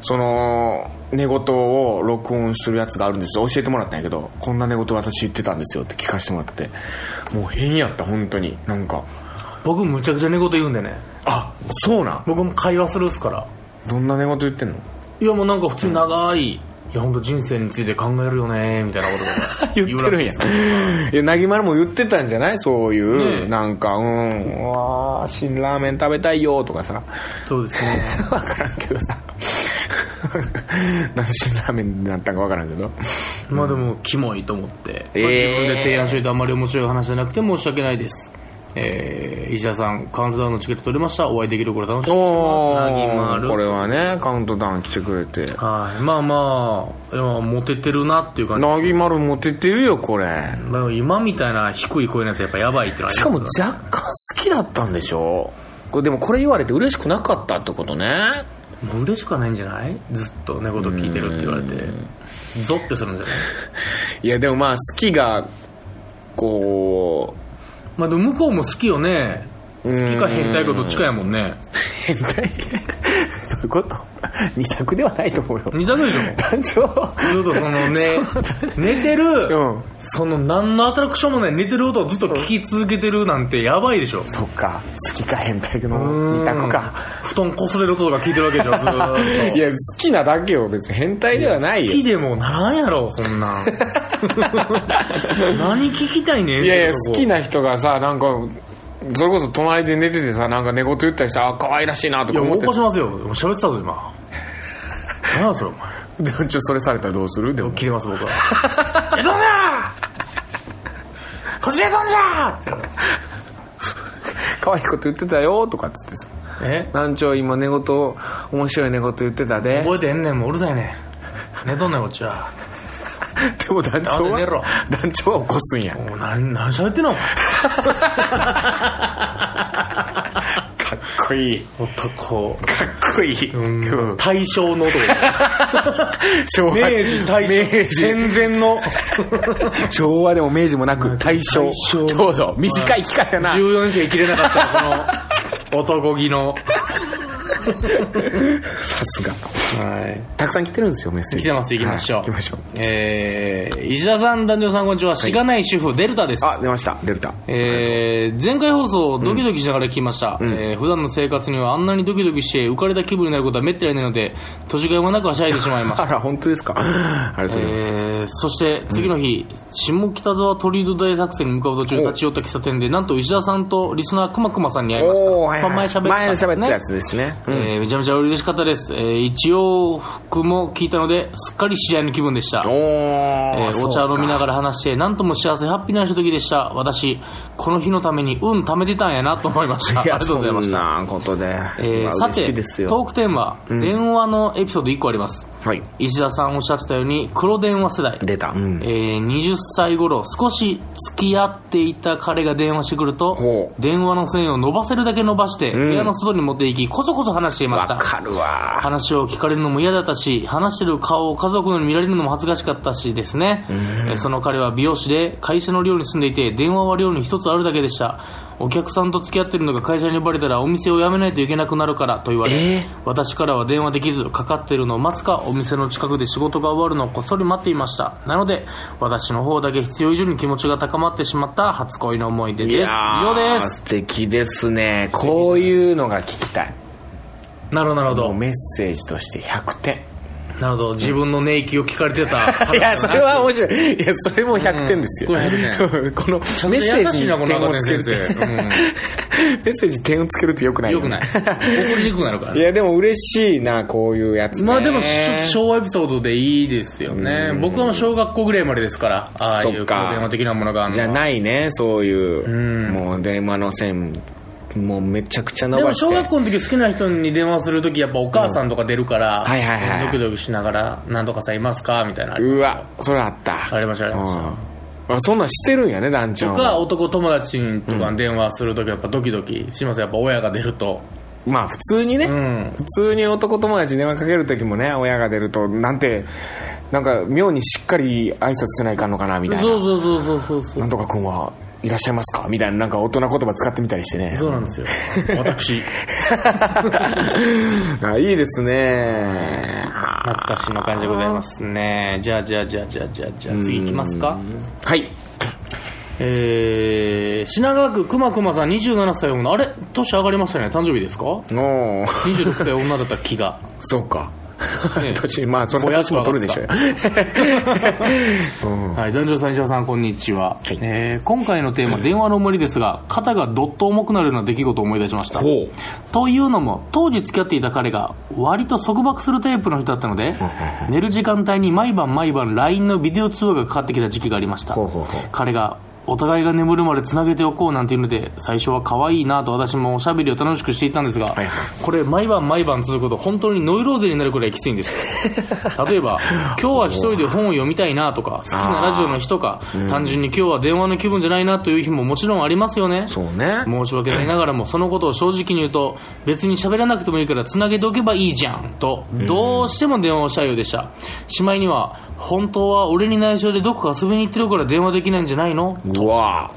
[SPEAKER 1] その、寝言を録音するやつがあるんですよ。教えてもらったんやけど、こんな寝言私言ってたんですよって聞かせてもらって。もう変やった、本当に。なんか、
[SPEAKER 2] 僕むちゃくちゃ寝言言うんでね。
[SPEAKER 1] あ、そうなん。
[SPEAKER 2] 僕も会話するっすから。
[SPEAKER 1] どんな寝言言ってんの
[SPEAKER 2] いやもうなんか普通に長い、いや本当人生について考えるよねみたいなこと
[SPEAKER 1] 言ってるんや。いや、なぎまるも言ってたんじゃないそういう、
[SPEAKER 2] ねえ
[SPEAKER 1] なんか、うん、うわー辛ラーメン食べたいよとかさ。
[SPEAKER 2] そうですね。
[SPEAKER 1] わからんけどさ。何辛ラーメンになったんかわからんけど。
[SPEAKER 2] まあでも、キモいと思って、
[SPEAKER 1] えー
[SPEAKER 2] まあ自分で提案しといてあんまり面白い話じゃなくて申し訳ないです。えー、石田さん、カウントダウンのチケット取れました。お会いできる頃楽しみにしてます。なぎま
[SPEAKER 1] これ
[SPEAKER 2] る。
[SPEAKER 1] はね、カウントダウン来てくれて。
[SPEAKER 2] はい。まあまあ、でもモテてるなっていう感じ。
[SPEAKER 1] なぎまるモテてるよ、これ。
[SPEAKER 2] まあ今みたいな低い声のやつやっぱやばいってのはあり
[SPEAKER 1] しかも
[SPEAKER 2] ま
[SPEAKER 1] 若
[SPEAKER 2] す
[SPEAKER 1] 干好きだったんでしょこれでもこれ言われて嬉しくなかったってことね。
[SPEAKER 2] らもう嬉しくはないんじゃないずっと寝言聞いてるって言われて。ゾってするんじゃない
[SPEAKER 1] いや、でもまあ、好きが、こう、
[SPEAKER 2] まあでも向こうも好きよね。好
[SPEAKER 1] うん
[SPEAKER 2] きか変態かどっちかやもんね。
[SPEAKER 1] 変態 どういうこと 二択ではないと思うよ。
[SPEAKER 2] 似たでしょ
[SPEAKER 1] 団長
[SPEAKER 2] ずっとそのね、寝てる、
[SPEAKER 1] うん
[SPEAKER 2] その何のアトラクションもない寝てる音をずっと聞き続けてるなんてやばいでしょ。
[SPEAKER 1] そっか、好きか変態か
[SPEAKER 2] う
[SPEAKER 1] の
[SPEAKER 2] ん
[SPEAKER 1] 二択か。。
[SPEAKER 2] 布団擦れる音とか聞いてるわけでしょ、ずーっと。
[SPEAKER 1] いや、好きなだけよ。別に変態ではない
[SPEAKER 2] 好き
[SPEAKER 1] よ。
[SPEAKER 2] でもならんやろ、そ んなん。何聞きたいねん
[SPEAKER 1] いやいや、
[SPEAKER 2] そう
[SPEAKER 1] 好
[SPEAKER 2] い
[SPEAKER 1] き
[SPEAKER 2] うとこ
[SPEAKER 1] な人がさ、なんか、それこそ隣で寝ててさ、なんか寝言言ったりしたら、あ、可愛らしいなとか
[SPEAKER 2] いや、
[SPEAKER 1] 思っ
[SPEAKER 2] 起
[SPEAKER 1] て
[SPEAKER 2] こしますよ。もう喋ってたぞ、今。何やそれ、お前。
[SPEAKER 1] でもちょ、それされたらどうするでも。
[SPEAKER 2] 切れま す、僕は。やどんだこじれどんじゃーって。
[SPEAKER 1] 可愛いこと言ってたよ、とかっつってさ。
[SPEAKER 2] え
[SPEAKER 1] 団長今寝言、面白い寝言言ってたで。
[SPEAKER 2] 覚えてへんねん、もううるさいねん。寝とんねん、こっちは。
[SPEAKER 1] でも団長
[SPEAKER 2] 黙って寝ろ
[SPEAKER 1] は、団長は起こすんや。
[SPEAKER 2] もう何、何喋ってんのお前
[SPEAKER 1] かっこいい。
[SPEAKER 2] 男。
[SPEAKER 1] かっこいい。
[SPEAKER 2] う。
[SPEAKER 1] うんん
[SPEAKER 2] 対象の男。
[SPEAKER 1] 昭和。
[SPEAKER 2] 明治、大
[SPEAKER 1] 明
[SPEAKER 2] 正。
[SPEAKER 1] 治
[SPEAKER 2] 戦前の。
[SPEAKER 1] 昭和でも明治もなく、大正。
[SPEAKER 2] 大
[SPEAKER 1] ち
[SPEAKER 2] 正
[SPEAKER 1] ょうど、短い期間やな。
[SPEAKER 2] 14日が生きれなかった、この、男気の。
[SPEAKER 1] さすが。
[SPEAKER 2] はい。
[SPEAKER 1] たくさん来てるんですよ、メッセージ。
[SPEAKER 2] 来てます行きましょう
[SPEAKER 1] はい行きましょう。
[SPEAKER 2] えー、石田さん、男女さん、こんにちは。しがない主婦、デルタです。
[SPEAKER 1] あ、出ました、デルタ。
[SPEAKER 2] えー、前回放送、ドキドキしながら聞きまし
[SPEAKER 1] ん
[SPEAKER 2] た、えー普段の生活にはあんなにドキドキして浮かれた気分になることはめったにないので、閉じ込めもなくはしゃいでしまいま し
[SPEAKER 1] あ
[SPEAKER 2] た。
[SPEAKER 1] ら、本当ですか。ありがとうございます。
[SPEAKER 2] えー、そして次の日、下北沢トリード大作戦に向かう途中
[SPEAKER 1] お
[SPEAKER 2] 立ち寄った喫茶店でなんと石田さんとリスナーくまくまさんに会いました、
[SPEAKER 1] おーはいはい
[SPEAKER 2] まあ前喋ったん
[SPEAKER 1] 前
[SPEAKER 2] ですね
[SPEAKER 1] 喋ったやつですね。うん
[SPEAKER 2] えーめちゃめちゃ嬉しかったです、えー一応服も聞いたのですっかり知り合いの気分でした
[SPEAKER 1] おー
[SPEAKER 2] えーお茶を飲みながら話して、なんとも幸せ、ハッピーなひとときでした。私、この日のために運貯めてたんやなと思いました。あ
[SPEAKER 1] い
[SPEAKER 2] り
[SPEAKER 1] や
[SPEAKER 2] がとうございまし
[SPEAKER 1] そ
[SPEAKER 2] た。
[SPEAKER 1] んなことで。
[SPEAKER 2] え
[SPEAKER 1] ま
[SPEAKER 2] ー
[SPEAKER 1] あ
[SPEAKER 2] さ、
[SPEAKER 1] 嬉してい
[SPEAKER 2] ト
[SPEAKER 1] ですよ。
[SPEAKER 2] ークテーマ、
[SPEAKER 1] ん
[SPEAKER 2] 電話のエピソード1個あります。
[SPEAKER 1] はい。
[SPEAKER 2] 石田さんおっしゃってたように、黒電話世代。
[SPEAKER 1] 出た。うん
[SPEAKER 2] えー20歳頃、少し付き合っていた彼が電話してくると
[SPEAKER 1] ほ、
[SPEAKER 2] 電話の線を伸ばせるだけ伸ばして、
[SPEAKER 1] ん
[SPEAKER 2] 部屋の外に持って行き、こそこそ話していまし
[SPEAKER 1] わ
[SPEAKER 2] た。
[SPEAKER 1] かるわ。
[SPEAKER 2] 話を聞かれるのも嫌だったし、話してる顔を家族のように見られるのも恥ずかしかったしですね。えその彼は美容師で会社の寮に住んでいて、電話は寮に一つあるだけでした。お客さんと付き合ってるのが会社に呼ばれたらお店を辞めないといけなくなるからと言われ、
[SPEAKER 1] えー
[SPEAKER 2] 私からは電話できず、かかってるのを待つか、お店の近くで仕事が終わるのをこっそり待っていました。なので、私の方だけ必要以上に気持ちが高まってしまった初恋の思い出
[SPEAKER 1] い
[SPEAKER 2] です。以
[SPEAKER 1] やー
[SPEAKER 2] 上です。
[SPEAKER 1] 素敵ですね。こういうのが聞きたい。
[SPEAKER 2] なるほど、なるほ
[SPEAKER 1] もう
[SPEAKER 2] ど。
[SPEAKER 1] メッセージとして100点。
[SPEAKER 2] なるほど。自分の寝息を聞かれてた話だな。
[SPEAKER 1] い や、それは面白い。いや、それも100点ですよ。
[SPEAKER 2] うんこれ100
[SPEAKER 1] このメッ
[SPEAKER 2] ゃんと
[SPEAKER 1] セージに
[SPEAKER 2] 優しいな
[SPEAKER 1] 点
[SPEAKER 2] この
[SPEAKER 1] をつけるって。
[SPEAKER 2] 中田先生
[SPEAKER 1] メッセージに点をつけるってよくない
[SPEAKER 2] よくない。怒りにくくなるから
[SPEAKER 1] い
[SPEAKER 2] ね。
[SPEAKER 1] や、でも嬉しいな、こういうやつね。
[SPEAKER 2] まあでも、ちょっと昭和エピソードでいいですよね。僕はもう小学校ぐらいまでですから、ああい
[SPEAKER 1] そっ
[SPEAKER 2] う
[SPEAKER 1] か
[SPEAKER 2] 電話的なものがある
[SPEAKER 1] じゃ
[SPEAKER 2] のは。
[SPEAKER 1] ないね、そういう。
[SPEAKER 2] ん
[SPEAKER 1] もう電話の線、もうめちゃくちゃ伸
[SPEAKER 2] で
[SPEAKER 1] ば
[SPEAKER 2] も
[SPEAKER 1] して。
[SPEAKER 2] 小学校の時好きな人に電話する時やっぱお母さんとか出るから、
[SPEAKER 1] はいはいはい
[SPEAKER 2] ドキドキしながら、なんとかさんいますかみたいな。
[SPEAKER 1] うわ、それあった。
[SPEAKER 2] ありましたありました
[SPEAKER 1] うんあそんなんしてるんやね、団長
[SPEAKER 2] とか、男友達とかに電話する時やっぱドキドキしますやっぱ親が出ると。
[SPEAKER 1] まあ、普通にね。
[SPEAKER 2] うん。
[SPEAKER 1] 普通に男友達に電話かける時もね、親が出ると、なんて、なんか妙にしっかり挨拶せないかんのかな、みたいな。
[SPEAKER 2] そうそうそうそうそうそう。
[SPEAKER 1] なんとか君はいらっしゃいますかみたいな、なんか大人言葉使ってみたりしてね。
[SPEAKER 2] そうなんですよ。私、
[SPEAKER 1] あいいですね。
[SPEAKER 2] 懐かしの感じでございますね。じゃあじゃあじゃあじゃあじゃあじゃあ次行きますか。
[SPEAKER 1] はい。
[SPEAKER 2] えー、品川区くまくまさん27歳女。あれ年上がりましたね。誕生日ですか
[SPEAKER 1] おー
[SPEAKER 2] ?26 歳女だった気 が。
[SPEAKER 1] そうか。
[SPEAKER 2] ね
[SPEAKER 1] 年、まあ、その
[SPEAKER 2] ぼやく
[SPEAKER 1] 年
[SPEAKER 2] は
[SPEAKER 1] も取るでしょう よ。うん
[SPEAKER 2] はい、男女さん、石田さん、こんにちは。
[SPEAKER 1] い
[SPEAKER 2] えー今回のテーマ、電話の重りですが、肩がどっと重くなるような出来事を思い出しました。
[SPEAKER 1] ほう
[SPEAKER 2] というのも、当時付き合っていた彼が、割と束縛するタイプの人だったので、寝る時間帯に毎晩毎晩 LINE のビデオ通話がかかってきた時期がありました。
[SPEAKER 1] ほうほうほう
[SPEAKER 2] 彼が、お互いが眠るまで繋げておこうなんていうので、最初は可愛いなと私もおしゃべりを楽しくしていたんですが、
[SPEAKER 1] いはい
[SPEAKER 2] これ毎晩毎晩続くと本当にノイローゼになるくらいきつい んです。例えば、今日は一人で本を読みたいなとか、好きなラジオの日とか、単純に今日は電話の気分じゃないなという日ももちろんありますよね。
[SPEAKER 1] そうね。
[SPEAKER 2] 申し訳ないながらもそのことを正直に言うと別に喋らなくてもいいから繋げておけばいいじゃんとどうしても電話をしたいようでしたしまいには本当は俺に内緒でどこか遊びに行ってるから電話できないんじゃないの
[SPEAKER 1] うわ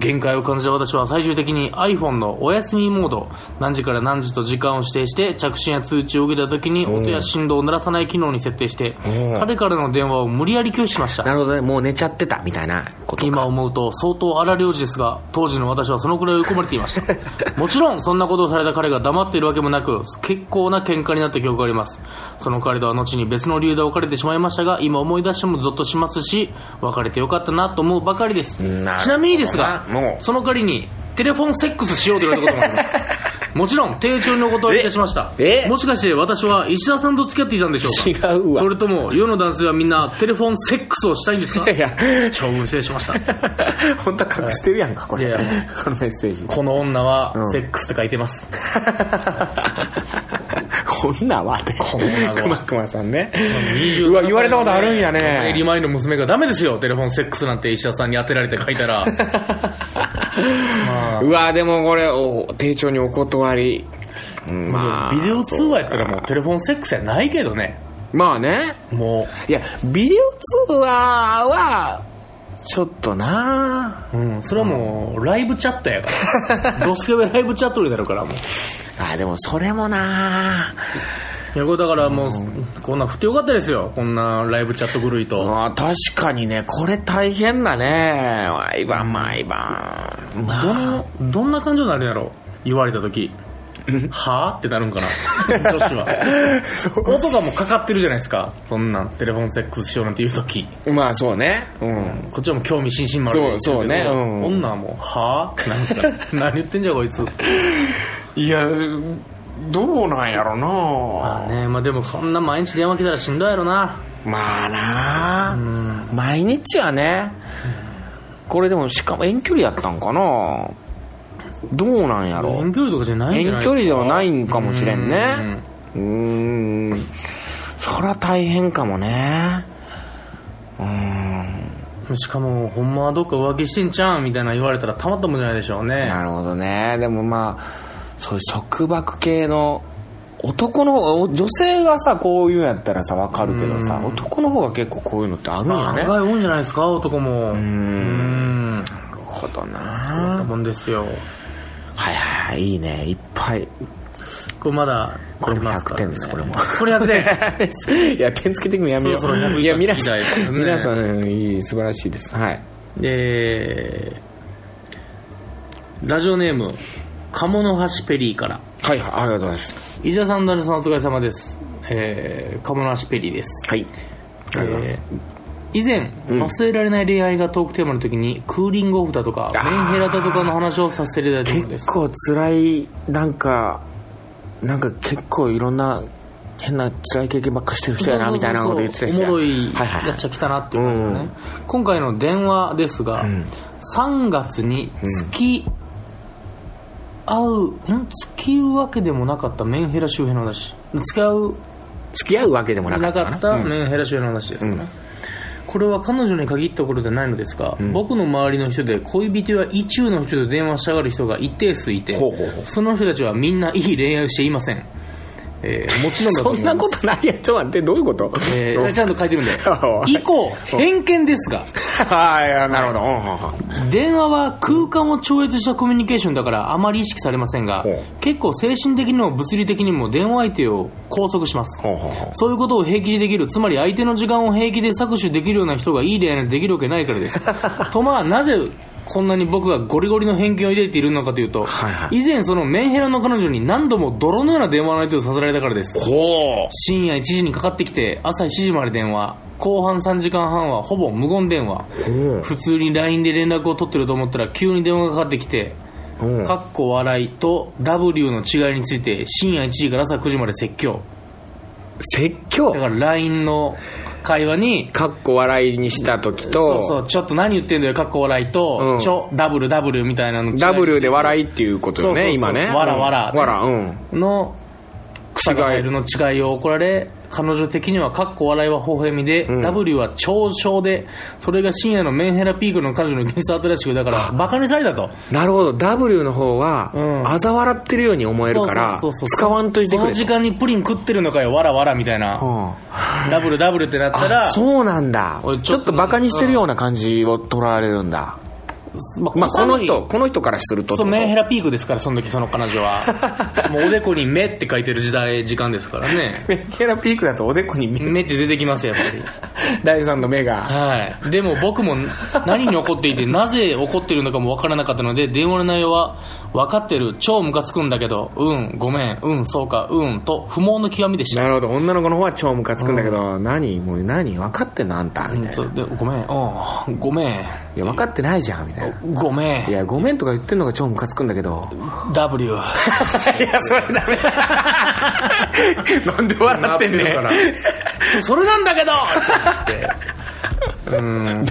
[SPEAKER 2] 限界を感じた私は最終的に iPhone のお休みモード何時から何時と時間を指定して着信や通知を受けた時に音や振動を鳴らさない機能に設定して
[SPEAKER 1] うん
[SPEAKER 2] 彼からの電話を無理やり拒否しました
[SPEAKER 1] なるほどね。もう寝ちゃってた、みたいなことか。
[SPEAKER 2] 今思うと相当荒療治ですが当時の私はそのくらい追い込まれていました もちろんそんなことをされた彼が黙っているわけもなく結構な喧嘩になった記憶がありますその彼とは後に別の理由で別れてしまいましたが今思い出してもゾッとしますし別れてよかったなと思うばかりです
[SPEAKER 1] なるほどな
[SPEAKER 2] ちなみにですが
[SPEAKER 1] もう
[SPEAKER 2] その代わりにテレフォンセックスしようと言われたこともあ りますもちろん丁重にお断りいたしました
[SPEAKER 1] ええ
[SPEAKER 2] もしかして私は石田さんと付き合っていたんでしょうか
[SPEAKER 1] 違うわ
[SPEAKER 2] そ。れとも世の男性はみんなテレフォンセックスをしたいんですか
[SPEAKER 1] いや、
[SPEAKER 2] 長文失礼しました
[SPEAKER 1] 本当は隠してるやんか、これ
[SPEAKER 2] いやいや。
[SPEAKER 1] このメッセージ。
[SPEAKER 2] この女
[SPEAKER 1] うん
[SPEAKER 2] はセックスって書いてます、
[SPEAKER 1] こんなわね。
[SPEAKER 2] こんなわ
[SPEAKER 1] くまくまさんね。
[SPEAKER 2] 20
[SPEAKER 1] うわ、言われたことあるんや
[SPEAKER 2] 入り
[SPEAKER 1] ね。
[SPEAKER 2] 前の娘がダメですよテレフォンセックスなんて石田さんに当てられて書い たらまあ
[SPEAKER 1] うわ、でもこれ、お丁重にお断り。うんまあ、
[SPEAKER 2] ビデオ通話やったらもうテレフォンセックスやないけどね
[SPEAKER 1] まあね。
[SPEAKER 2] も
[SPEAKER 1] いや、ビデオ通話は、ちょっとな
[SPEAKER 2] う、うん、それはもうライブチャットやからドスケベライブチャットになるからもう
[SPEAKER 1] あでもそれもなあ
[SPEAKER 2] いや、これだからもう、こんな振ってよかったですよ。こんなライブチャット狂いと。
[SPEAKER 1] ああ確かにね、これ大変だね。毎晩毎晩。
[SPEAKER 2] ど
[SPEAKER 1] まあ、
[SPEAKER 2] ん、どんな感情になるんやろ言われた時はぁってなるんかな 女子は。音がもうかかってるじゃないですか。そんなん、テレフォンセックスしようなんて言う時。
[SPEAKER 1] まあそうね。うん。
[SPEAKER 2] こっちはもう興味津々丸
[SPEAKER 1] そうそうねうん
[SPEAKER 2] 女はもう、はぁってなんです か何言ってんじゃんこいつ。
[SPEAKER 1] いや、どうなんやろ
[SPEAKER 2] まあ
[SPEAKER 1] な
[SPEAKER 2] ね、まあでもそんな毎日電話来たらしんどいやろな。
[SPEAKER 1] まあなあ、
[SPEAKER 2] うん
[SPEAKER 1] 毎日はね、これでもしかも遠距離やったんかなどうなんやろ
[SPEAKER 2] 遠距離とかじゃない
[SPEAKER 1] 遠
[SPEAKER 2] んじゃない
[SPEAKER 1] 距離ではないんかもしれんね。
[SPEAKER 2] う
[SPEAKER 1] うーん。そら大変かもね。うーん。
[SPEAKER 2] んしかも、ほんまはどっか浮気してんちゃうんみたいな言われたらたまったもんじゃないでしょうね。
[SPEAKER 1] なるほどね。でもまあ、そういう束縛系の、男の方が、女性がさ、こういうんやったらさ、わかるけどさ、
[SPEAKER 2] うん
[SPEAKER 1] 男の方が結構こういうのってあるん
[SPEAKER 2] ま
[SPEAKER 1] や
[SPEAKER 2] あ、
[SPEAKER 1] ね。
[SPEAKER 2] 案
[SPEAKER 1] なる
[SPEAKER 2] 外多いんじゃないですか、男も。うーん。
[SPEAKER 1] ほど
[SPEAKER 2] そうだった
[SPEAKER 1] な
[SPEAKER 2] もんですよ。
[SPEAKER 1] はいはいはい、いいね。いっぱい。
[SPEAKER 2] これまだ、
[SPEAKER 1] これも
[SPEAKER 2] ありますから
[SPEAKER 1] 100点ですこれも
[SPEAKER 2] これ100 点。
[SPEAKER 1] いや、ペンつけてくのやめよう。
[SPEAKER 2] そろそろ100
[SPEAKER 1] いや、皆さ
[SPEAKER 2] いただいて
[SPEAKER 1] ん、
[SPEAKER 2] ね
[SPEAKER 1] 皆さん、いい、素晴らしいです。はい。
[SPEAKER 2] えー、ラジオネーム、鴨の橋ペリーから。
[SPEAKER 1] はい、ありがとうございます。
[SPEAKER 2] 伊沢さん、ダルさん、お疲れ様です。えー、鴨の橋ペリーです。
[SPEAKER 1] はい。ありがとうございます
[SPEAKER 2] えー以前、
[SPEAKER 1] うん
[SPEAKER 2] 忘れられない恋愛がトークテーマの時に、クーリングオフだとか、
[SPEAKER 1] あー
[SPEAKER 2] メンヘラだとかの話をさせていただいたので
[SPEAKER 1] 結
[SPEAKER 2] す。
[SPEAKER 1] 構辛いなんかなんか結構いろんな変な辛い経験ばっかしてる人やなみたいなこと言ってた
[SPEAKER 2] お
[SPEAKER 1] 人
[SPEAKER 2] も
[SPEAKER 1] や
[SPEAKER 2] ろい
[SPEAKER 1] はいはい
[SPEAKER 2] やっちゃ来たなっていう感じだ
[SPEAKER 1] う
[SPEAKER 2] ね。今回の電話ですが、
[SPEAKER 1] ん
[SPEAKER 2] 3月に付き合う、ん付き合うわけでもなかったメンヘラ周辺の話。付き合う
[SPEAKER 1] 付き合うわけでもなか
[SPEAKER 2] な
[SPEAKER 1] った
[SPEAKER 2] か
[SPEAKER 1] かな
[SPEAKER 2] ったメンヘラ周辺の話ですかね。これは彼女に限ったことではないのですが、僕の周りの人で恋人や意中の人と電話したがる人が一定数いて
[SPEAKER 1] ほうほうほう
[SPEAKER 2] その人たちはみんないい恋愛をしていません、えーもちろんだと
[SPEAKER 1] そ
[SPEAKER 2] 思い
[SPEAKER 1] ん
[SPEAKER 2] ます
[SPEAKER 1] なことないやんちょっと待ってどういうこと、
[SPEAKER 2] えーちゃんと書いてるんで
[SPEAKER 1] お。い
[SPEAKER 2] 以降、偏見ですが、
[SPEAKER 1] はいやなるほど、うんうんうん
[SPEAKER 2] 電話は空間を超越したコミュニケーションだからあまり意識されませんが
[SPEAKER 1] ほう、
[SPEAKER 2] 結構精神的にも物理的にも電話相手を拘束します。
[SPEAKER 1] ほうほうほ
[SPEAKER 2] そういうことを平気でできる、つまり相手の時間を平気で搾取できるような人がいい恋愛なんてできるわけないからです。 とまあ、なぜこんなに僕がゴリゴリの偏見を抱いているのかというと、
[SPEAKER 1] はいはい
[SPEAKER 2] 以前そのメンヘラの彼女に何度も泥のような電話の相手をさせられたからです。
[SPEAKER 1] うほ
[SPEAKER 2] 深夜1時にかかってきて朝7時まで電話後半3時間半はほぼ無言電話
[SPEAKER 1] う
[SPEAKER 2] 普通に LINE で連絡を取ってると思ったら急に電話がかかってきて
[SPEAKER 1] うん
[SPEAKER 2] かっこ笑いと W の違いについて深夜1時から朝9時まで説教
[SPEAKER 1] 説教
[SPEAKER 2] だから LINE の会話に
[SPEAKER 1] かっこ笑いにした時
[SPEAKER 2] そうそ
[SPEAKER 1] と
[SPEAKER 2] うちょっと何言ってんだよかっこ笑いと、
[SPEAKER 1] うん
[SPEAKER 2] ちょ W W みたいなの違い
[SPEAKER 1] W で笑いっていうことよね
[SPEAKER 2] そうそうそう
[SPEAKER 1] 今ね
[SPEAKER 2] わらわら
[SPEAKER 1] うんわらうん
[SPEAKER 2] の草が入るの違いを怒られ彼女的にはかっこ笑いは微笑みで、
[SPEAKER 1] うん
[SPEAKER 2] W は嘲笑でそれが深夜のメンヘラピークの彼女の現実新しくだからバカにされたと
[SPEAKER 1] なるほど W の方は、
[SPEAKER 2] うん
[SPEAKER 1] 嘲笑ってるように思えるから
[SPEAKER 2] そうそうそうそう
[SPEAKER 1] 使わんといて
[SPEAKER 2] そ
[SPEAKER 1] く
[SPEAKER 2] の
[SPEAKER 1] れと
[SPEAKER 2] 時間にプリン食ってるのかよわらわらみたいな
[SPEAKER 1] うん
[SPEAKER 2] ダブルダブルってなった
[SPEAKER 1] あ
[SPEAKER 2] ら
[SPEAKER 1] そうなんだ
[SPEAKER 2] おい
[SPEAKER 1] ちょ
[SPEAKER 2] ちょ
[SPEAKER 1] っ
[SPEAKER 2] っと
[SPEAKER 1] とバカにしてるような感じを取られるんだ、
[SPEAKER 2] ま
[SPEAKER 1] まあ、この
[SPEAKER 2] 小さ
[SPEAKER 1] 人この人からすると
[SPEAKER 2] いそうメンヘ
[SPEAKER 1] ラ
[SPEAKER 2] ラピークですからその時その彼 女はもうおでこに「目」って書いてる時代時間ですからね
[SPEAKER 1] メンヘラピークだとおでこに見
[SPEAKER 2] 目って出てきますよやっぱり
[SPEAKER 1] 大さんの目が
[SPEAKER 2] はい。でも僕も何に怒っていて、なぜ怒っているのかもわからなかったので、電話の内容は、分かってる、超ムカつくんだけど、うん、ごめん、うん、そうか、うん、と、不毛の極みでした。
[SPEAKER 1] なるほど女の子の方は超ムカつくんだけど、何もう何分かってんのあんたみたいな、
[SPEAKER 2] う
[SPEAKER 1] い
[SPEAKER 2] んそうでごめん、うん、ごめ、
[SPEAKER 1] や分かってないじゃんみたいなん
[SPEAKER 2] ごめ
[SPEAKER 1] い
[SPEAKER 2] ん、
[SPEAKER 1] やごめんとか言ってんのが超ムカつくんだけど
[SPEAKER 2] W。
[SPEAKER 1] いやそれダメ だなんで笑ってんねん
[SPEAKER 2] なってるちょ、それなんだけどって うん。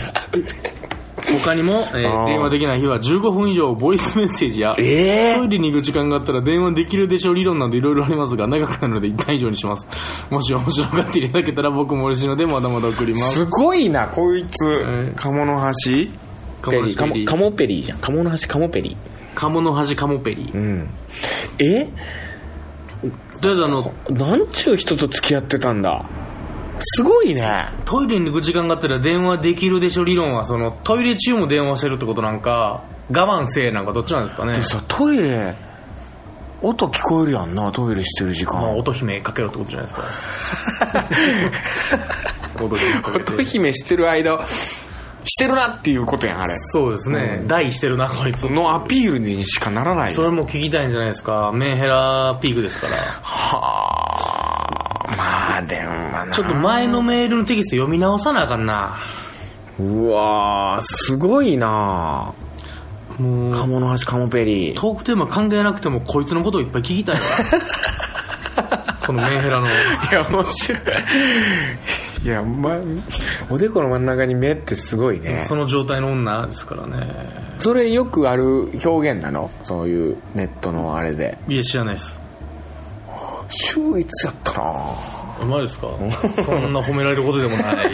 [SPEAKER 2] 他にも、えー
[SPEAKER 1] あー
[SPEAKER 2] 電話できない日は15分以上ボイスメッセージや、
[SPEAKER 1] ええ
[SPEAKER 2] トイレに行く時間があったら電話できるでしょう理論などいろいろありますが、長くなるので一旦以上にします。もし面白がっていただけたら僕も嬉しいので、まだまだ送ります。
[SPEAKER 1] すごいなこいつ、
[SPEAKER 2] うん
[SPEAKER 1] 鴨の橋
[SPEAKER 2] 鴨
[SPEAKER 1] ペ
[SPEAKER 2] の橋
[SPEAKER 1] リー
[SPEAKER 2] ペリー
[SPEAKER 1] 鴨ペリーじゃん鴨の橋鴨ペリー
[SPEAKER 2] カモの端カモペリ
[SPEAKER 1] う。ん。え
[SPEAKER 2] とりあえずあの、
[SPEAKER 1] なんちゅう人と付き合ってたんだ。すごいね。
[SPEAKER 2] トイレに行く時間があったら電話できるでしょう理論は、その、トイレ中も電話してるってことなんか、我慢せえなんかどっちなんですかね。
[SPEAKER 1] さ、トイレ、音聞こえるやんなトイレしてる時
[SPEAKER 2] まあ、
[SPEAKER 1] 間
[SPEAKER 2] 乙姫かけろってことじゃないですか。 乙姫かけて
[SPEAKER 1] 乙姫してる間してるなっていうことやんあれ
[SPEAKER 2] そうですね。大してるな、こいつ。
[SPEAKER 1] のアピールにしかならない
[SPEAKER 2] それも聞きたいんじゃないですか。メンヘラピークですから。
[SPEAKER 1] はあまあでもな
[SPEAKER 2] ちょっと前のメールのテキスト読み直さなあかんな。
[SPEAKER 1] うわーすごいな
[SPEAKER 2] も
[SPEAKER 1] カ
[SPEAKER 2] う、
[SPEAKER 1] モノハシカモペリ
[SPEAKER 2] トークテーマ考えなくてもこいつのことをいっぱい聞きたいわ。 このメンヘ ラの。
[SPEAKER 1] いや面白いいやまおでこの真ん中に目ってすごいね
[SPEAKER 2] その状態の女ですからね。
[SPEAKER 1] それよくある表現なのそういうネットのあれで
[SPEAKER 2] いや、知らないです。
[SPEAKER 1] 秀逸やったな
[SPEAKER 2] うまいですかそんな褒められることでもない。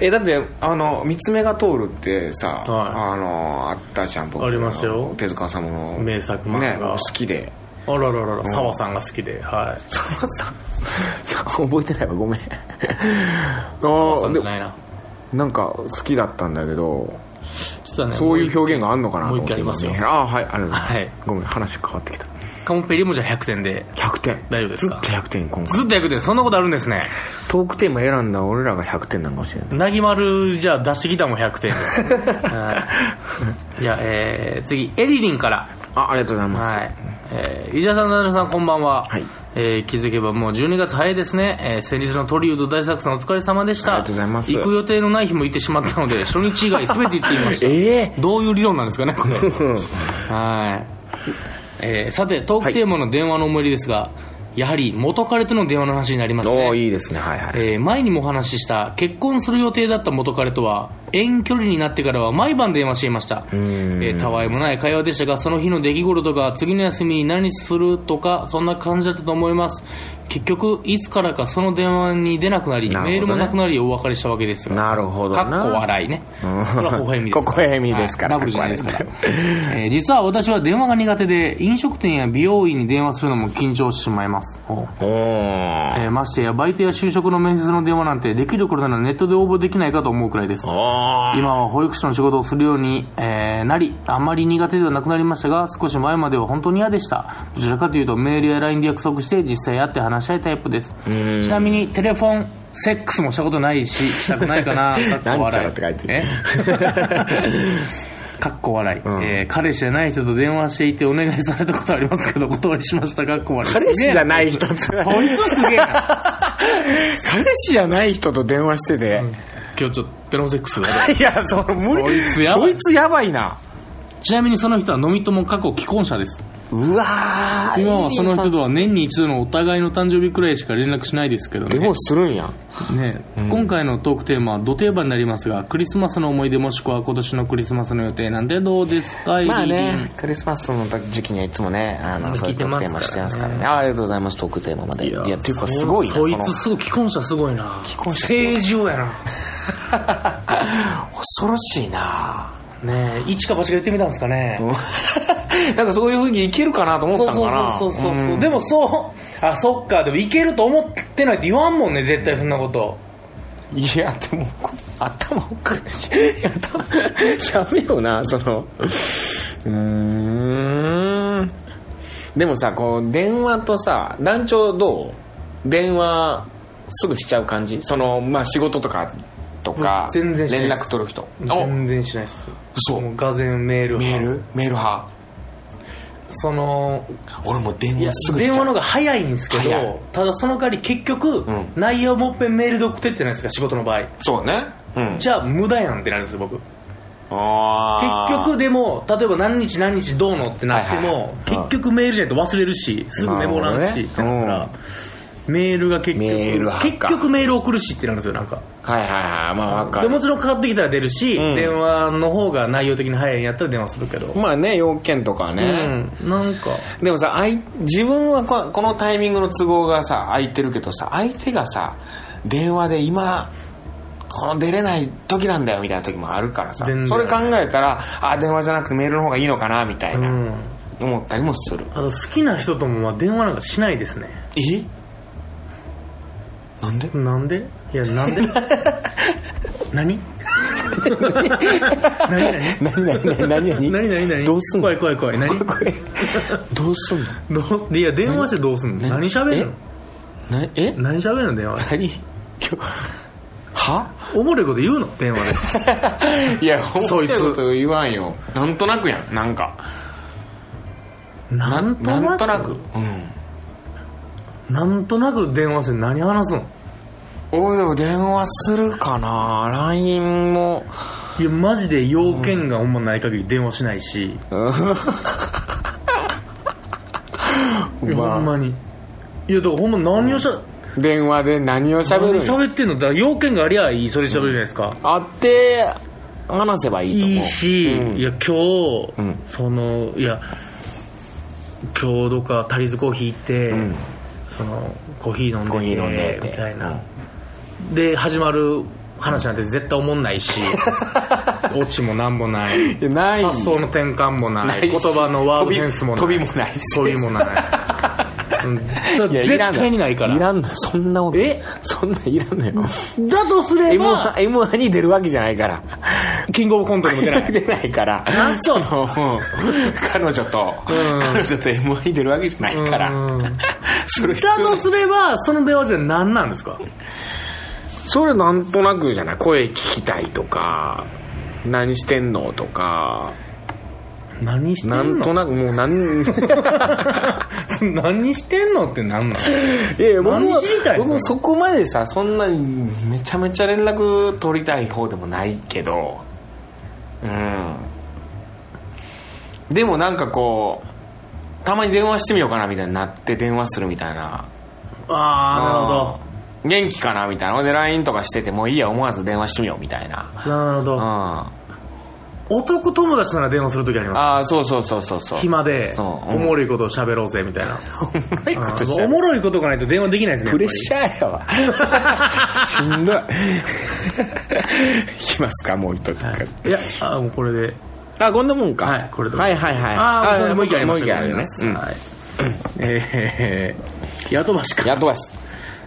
[SPEAKER 1] えだってあの「三つ目が通る」ってさ、
[SPEAKER 2] は
[SPEAKER 1] あのあったじゃん僕
[SPEAKER 2] ありましたよ
[SPEAKER 1] 手塚治虫の
[SPEAKER 2] 名作漫画
[SPEAKER 1] ねお好きで
[SPEAKER 2] あらららら、沢さんが好きで、はい。
[SPEAKER 1] 覚えてないわごめん あ
[SPEAKER 2] 沢さ
[SPEAKER 1] ー
[SPEAKER 2] んじ
[SPEAKER 1] で
[SPEAKER 2] ゃないな。
[SPEAKER 1] なんか好きだったんだけど
[SPEAKER 2] 実はね、
[SPEAKER 1] そういう
[SPEAKER 2] も
[SPEAKER 1] 表現があんのかなと思って
[SPEAKER 2] もう一回あります
[SPEAKER 1] ああーはいありがとうございます、
[SPEAKER 2] はい
[SPEAKER 1] ごめん話変わってきた
[SPEAKER 2] うカモペリもじゃあ100点で。
[SPEAKER 1] 100点
[SPEAKER 2] 大丈夫ですか
[SPEAKER 1] ずっと100点今
[SPEAKER 2] ず
[SPEAKER 1] 回
[SPEAKER 2] っと100点、そんなことあるんですね。
[SPEAKER 1] トークテーマ選んだ俺らが100点なのかもしれない
[SPEAKER 2] なぎまる、じゃあ出してきたもん100点 です、はい。じゃあ、えー、次、エリリンから。
[SPEAKER 1] あありがとうございます、
[SPEAKER 2] はい。えー、伊沢さん、なるさん、こんばんは。
[SPEAKER 1] はい
[SPEAKER 2] えー、気づけばもう12月早いですね。えー、先日のトリウッド大作戦お疲れ様でした。
[SPEAKER 1] ありがとうございます
[SPEAKER 2] 行く予定のない日も行ってしまった ので、初日以外全て行っていました。
[SPEAKER 1] ええ
[SPEAKER 2] どういう理論なんですかね、これ。
[SPEAKER 1] うん
[SPEAKER 2] はい。えーさて、トークテーマの電話の思い出ですが、やはり元彼との電話の話になります
[SPEAKER 1] おー
[SPEAKER 2] ね。
[SPEAKER 1] いいですねはいはい、
[SPEAKER 2] えー前にもお話しした結婚する予定だった元彼とは遠距離になってからは毎晩電話していました、え
[SPEAKER 1] ん
[SPEAKER 2] ーたわいもない会話でしたがその日の出来事とか次の休みに何するとかそんな感じだったと思います結局いつからかその電話に出なくなり
[SPEAKER 1] なるほどね
[SPEAKER 2] メールもなくなりお別れしたわけですが
[SPEAKER 1] なるほど
[SPEAKER 2] か
[SPEAKER 1] な
[SPEAKER 2] っこ笑いね。これ
[SPEAKER 1] ん
[SPEAKER 2] は微笑みです。
[SPEAKER 1] ここ微笑みですから
[SPEAKER 2] はいダブルじゃないですか
[SPEAKER 1] こ
[SPEAKER 2] ら
[SPEAKER 1] こ。
[SPEAKER 2] えー実は私は電話が苦手で、飲食店や美容院に電話するのも緊張してしまいます。
[SPEAKER 1] おー
[SPEAKER 2] えーましてや、バイトや就職の面接の電話なんて、できる頃ならネットで応募できないかと思うくらいです。
[SPEAKER 1] おー
[SPEAKER 2] 今は保育士の仕事をするように、えーなり、あまり苦手ではなくなりましたが、少し前までは本当に嫌でした。どちらかというと、メールや LINE で約束して、実際会って話し合いタイプです。
[SPEAKER 1] ん
[SPEAKER 2] ちなみに、テレフォン、セックスもしたことないし、したくない かな、かっこ笑い。
[SPEAKER 1] なんちゃらって書いてる
[SPEAKER 2] えかっこ笑い、
[SPEAKER 1] ん
[SPEAKER 2] えー彼氏じゃない人と電話していてお願いされたことありますけど、お断りしました。かっこ笑い。
[SPEAKER 1] 彼氏じゃない人と
[SPEAKER 2] こいつすげえな。
[SPEAKER 1] 彼氏じゃない人と電話してて、
[SPEAKER 2] 今日ちょっとテロセックスだね
[SPEAKER 1] いやその無理
[SPEAKER 2] そいつやばい
[SPEAKER 1] そいつやばいな
[SPEAKER 2] ちなみにその人は飲み友過去既婚者です
[SPEAKER 1] うわー
[SPEAKER 2] 今はその人とは年に一度のお互いの誕生日くらいしか連絡しないですけど
[SPEAKER 1] で
[SPEAKER 2] ね
[SPEAKER 1] もするんやん
[SPEAKER 2] ね、今回のトークテーマはど定番になりますがクリスマスの思い出もしくは今年のクリスマスの予定なんでどうですか
[SPEAKER 1] まあ
[SPEAKER 2] エリリ
[SPEAKER 1] ね
[SPEAKER 2] ン、
[SPEAKER 1] クリスマスの時期にはいつもね、あの、そうい
[SPEAKER 2] 聞いうて
[SPEAKER 1] トー
[SPEAKER 2] ま
[SPEAKER 1] ク
[SPEAKER 2] す
[SPEAKER 1] テーマしてますから
[SPEAKER 2] か
[SPEAKER 1] ね。あありがとうございます、トークテーマまで。いや、っていうかすごいな、
[SPEAKER 2] そい
[SPEAKER 1] この
[SPEAKER 2] つすごい既婚者すごいな既
[SPEAKER 1] 婚者
[SPEAKER 2] 成獣やな
[SPEAKER 1] 恐ろしいな
[SPEAKER 2] ねえ一か八か言ってみたんですかね、
[SPEAKER 1] なんかそういう風にいけるかなと思ったのかな
[SPEAKER 2] そうそうそうそうそう、
[SPEAKER 1] ん
[SPEAKER 2] でもそうあそっかでもいけると思ってないって言わんもんね絶対そんなこと
[SPEAKER 1] いや、でも、頭おかしい。や頭やめよな、その。うーん。でもさ、こう、電話とさ、団長どう電話すぐしちゃう感じその、まあ、仕事とか、とか、
[SPEAKER 2] 全然しない
[SPEAKER 1] 連
[SPEAKER 2] です
[SPEAKER 1] 絡取る人。
[SPEAKER 2] 全然しないっす
[SPEAKER 1] 嘘
[SPEAKER 2] もうがぜんメール
[SPEAKER 1] メ
[SPEAKER 2] 派
[SPEAKER 1] ールメール派。
[SPEAKER 2] その
[SPEAKER 1] 俺も電
[SPEAKER 2] いや
[SPEAKER 1] 話すぐしち
[SPEAKER 2] 電
[SPEAKER 1] ゃ
[SPEAKER 2] 話
[SPEAKER 1] う。
[SPEAKER 2] の方が早いんですけ
[SPEAKER 1] 早い
[SPEAKER 2] どただその代わり結局、
[SPEAKER 1] ん
[SPEAKER 2] 内容もっぺんメールで送ってってないですか仕事の場合
[SPEAKER 1] そうね。うん。
[SPEAKER 2] じゃあ無駄やんってなるんですよ僕結
[SPEAKER 1] あー
[SPEAKER 2] 局でも例えば何日何日どうのってなって
[SPEAKER 1] はい
[SPEAKER 2] も、
[SPEAKER 1] はいはい
[SPEAKER 2] 結局メールじゃないと忘れるしすぐメモらん
[SPEAKER 1] な
[SPEAKER 2] し、
[SPEAKER 1] るほどね
[SPEAKER 2] だからメールが結局
[SPEAKER 1] メール派
[SPEAKER 2] 結
[SPEAKER 1] か
[SPEAKER 2] 局メール送るしってなるんですよなんか
[SPEAKER 1] はいはいはい。まあ、わか
[SPEAKER 2] で
[SPEAKER 1] る
[SPEAKER 2] も。ちろんかかってきたら出るし、
[SPEAKER 1] うん
[SPEAKER 2] 電話の方が内容的に早いんやったら電話するけど、
[SPEAKER 1] まあね、要件とかね。
[SPEAKER 2] うんなんか
[SPEAKER 1] でもさ、あい自分はここのタイミングの都合がさ、空いてるけどさ、相手がさ、電話で今、この出れない時なんだよみたいな時もあるからさ、そ
[SPEAKER 2] 全然
[SPEAKER 1] れ考えたら、あ、電話じゃなくてメールの方がいいのかなみたいうな、
[SPEAKER 2] ん
[SPEAKER 1] 思ったりもする。
[SPEAKER 2] あと好きな人ともまあ電話なんかしないですね
[SPEAKER 1] えなんで
[SPEAKER 2] なんでいやなんで何
[SPEAKER 1] 何何
[SPEAKER 2] 何何
[SPEAKER 1] 何何何
[SPEAKER 2] 何何何
[SPEAKER 1] どうすんの
[SPEAKER 2] 怖い怖い怖い。何
[SPEAKER 1] これどうすんの
[SPEAKER 2] どういや、電話してどうすんの何喋るの
[SPEAKER 1] なえ
[SPEAKER 2] 何喋るの電話で。
[SPEAKER 1] 何今日は
[SPEAKER 2] おもろいこと言うの電話で。
[SPEAKER 1] いやそ
[SPEAKER 2] そ
[SPEAKER 1] い
[SPEAKER 2] いつ
[SPEAKER 1] つ言わんよなんとなくやんなんか
[SPEAKER 2] なんとな
[SPEAKER 1] ん
[SPEAKER 2] く。
[SPEAKER 1] と なくうん
[SPEAKER 2] なんとなく電話して何話すの
[SPEAKER 1] おいでも電話するかな LINE も
[SPEAKER 2] いや、マジで要件がほんまない限り電話し ないし。いや、ほんまに。いや、だからほんま何をしゃ、
[SPEAKER 1] 電話で何を喋るんよ
[SPEAKER 2] 何喋ってんのだから要件がありゃいい、それで喋るじゃないですか。
[SPEAKER 1] 会って話せばいいと思う
[SPEAKER 2] いいし、
[SPEAKER 1] うん
[SPEAKER 2] いや、今日、
[SPEAKER 1] うん
[SPEAKER 2] その、いや、今日どっかタリーズコーヒー行って、
[SPEAKER 1] うん
[SPEAKER 2] その、コーヒー飲んでて
[SPEAKER 1] コーヒー飲んでて
[SPEAKER 2] みたいな。で、始まる話なんて絶対おもんな いし、オチもなんもない。
[SPEAKER 1] いやない
[SPEAKER 2] 発想の転換もない
[SPEAKER 1] ないし
[SPEAKER 2] 言葉のワードセンスもない
[SPEAKER 1] 飛び飛びもないし
[SPEAKER 2] 飛び もない、うんそ
[SPEAKER 1] いや
[SPEAKER 2] れ
[SPEAKER 1] いらん
[SPEAKER 2] 絶
[SPEAKER 1] の
[SPEAKER 2] 対にないから
[SPEAKER 1] いらんのよそんなこと
[SPEAKER 2] え
[SPEAKER 1] そんなんいらんのよ
[SPEAKER 2] だとすれ
[SPEAKER 1] m
[SPEAKER 2] ば
[SPEAKER 1] 1に出るわけじゃないから
[SPEAKER 2] キングオブコントにも出な い
[SPEAKER 1] 出ないから
[SPEAKER 2] なんそう
[SPEAKER 1] のうん彼女と
[SPEAKER 2] うん
[SPEAKER 1] 彼女と m 1に出るわけじゃないから
[SPEAKER 2] うん
[SPEAKER 1] それ
[SPEAKER 2] だとすればその電話じゃ何なんですか
[SPEAKER 1] それなんとなくじゃない声聞きたいとか何してんのとか
[SPEAKER 2] 何してん
[SPEAKER 1] な
[SPEAKER 2] の
[SPEAKER 1] んとなくもう 何
[SPEAKER 2] 何してんのって何なの
[SPEAKER 1] いやいや僕
[SPEAKER 2] 何
[SPEAKER 1] も
[SPEAKER 2] 知りたいの
[SPEAKER 1] 僕もそこまでさそんなにめちゃめちゃ連絡取りたい方でもないけどうんでもなんかこうたまに電話してみようかなみたいになって電話するみたいな
[SPEAKER 2] あ
[SPEAKER 1] うん元気かなみたいなほんで LINE とかしててもういいや思わず電話してみようみたいな
[SPEAKER 2] あなるほど
[SPEAKER 1] うん
[SPEAKER 2] なるほ
[SPEAKER 1] あ
[SPEAKER 2] ど男友達なら電話するときあります
[SPEAKER 1] あそうそうそうそうそう
[SPEAKER 2] 暇で
[SPEAKER 1] そううん
[SPEAKER 2] おもろいことを喋ろうぜみたいな
[SPEAKER 1] おもろいことしちゃ
[SPEAKER 2] あお
[SPEAKER 1] う
[SPEAKER 2] もろいことがないと電話できないですねやっ
[SPEAKER 1] プ
[SPEAKER 2] ぱ
[SPEAKER 1] レ
[SPEAKER 2] り
[SPEAKER 1] ッシャー やわしんどいいきますかもう一つ
[SPEAKER 2] いやあもうこれで
[SPEAKER 1] あ、こんなもんか。
[SPEAKER 2] はいこれで
[SPEAKER 1] はいはいはい。
[SPEAKER 2] ああ、もう一回あり
[SPEAKER 1] も
[SPEAKER 2] ま
[SPEAKER 1] う
[SPEAKER 2] し
[SPEAKER 1] 一
[SPEAKER 2] た
[SPEAKER 1] 回ある
[SPEAKER 2] り
[SPEAKER 1] よね。
[SPEAKER 2] はい。えー、 ヤトバシ
[SPEAKER 1] うん。
[SPEAKER 2] か。
[SPEAKER 1] やっとばし。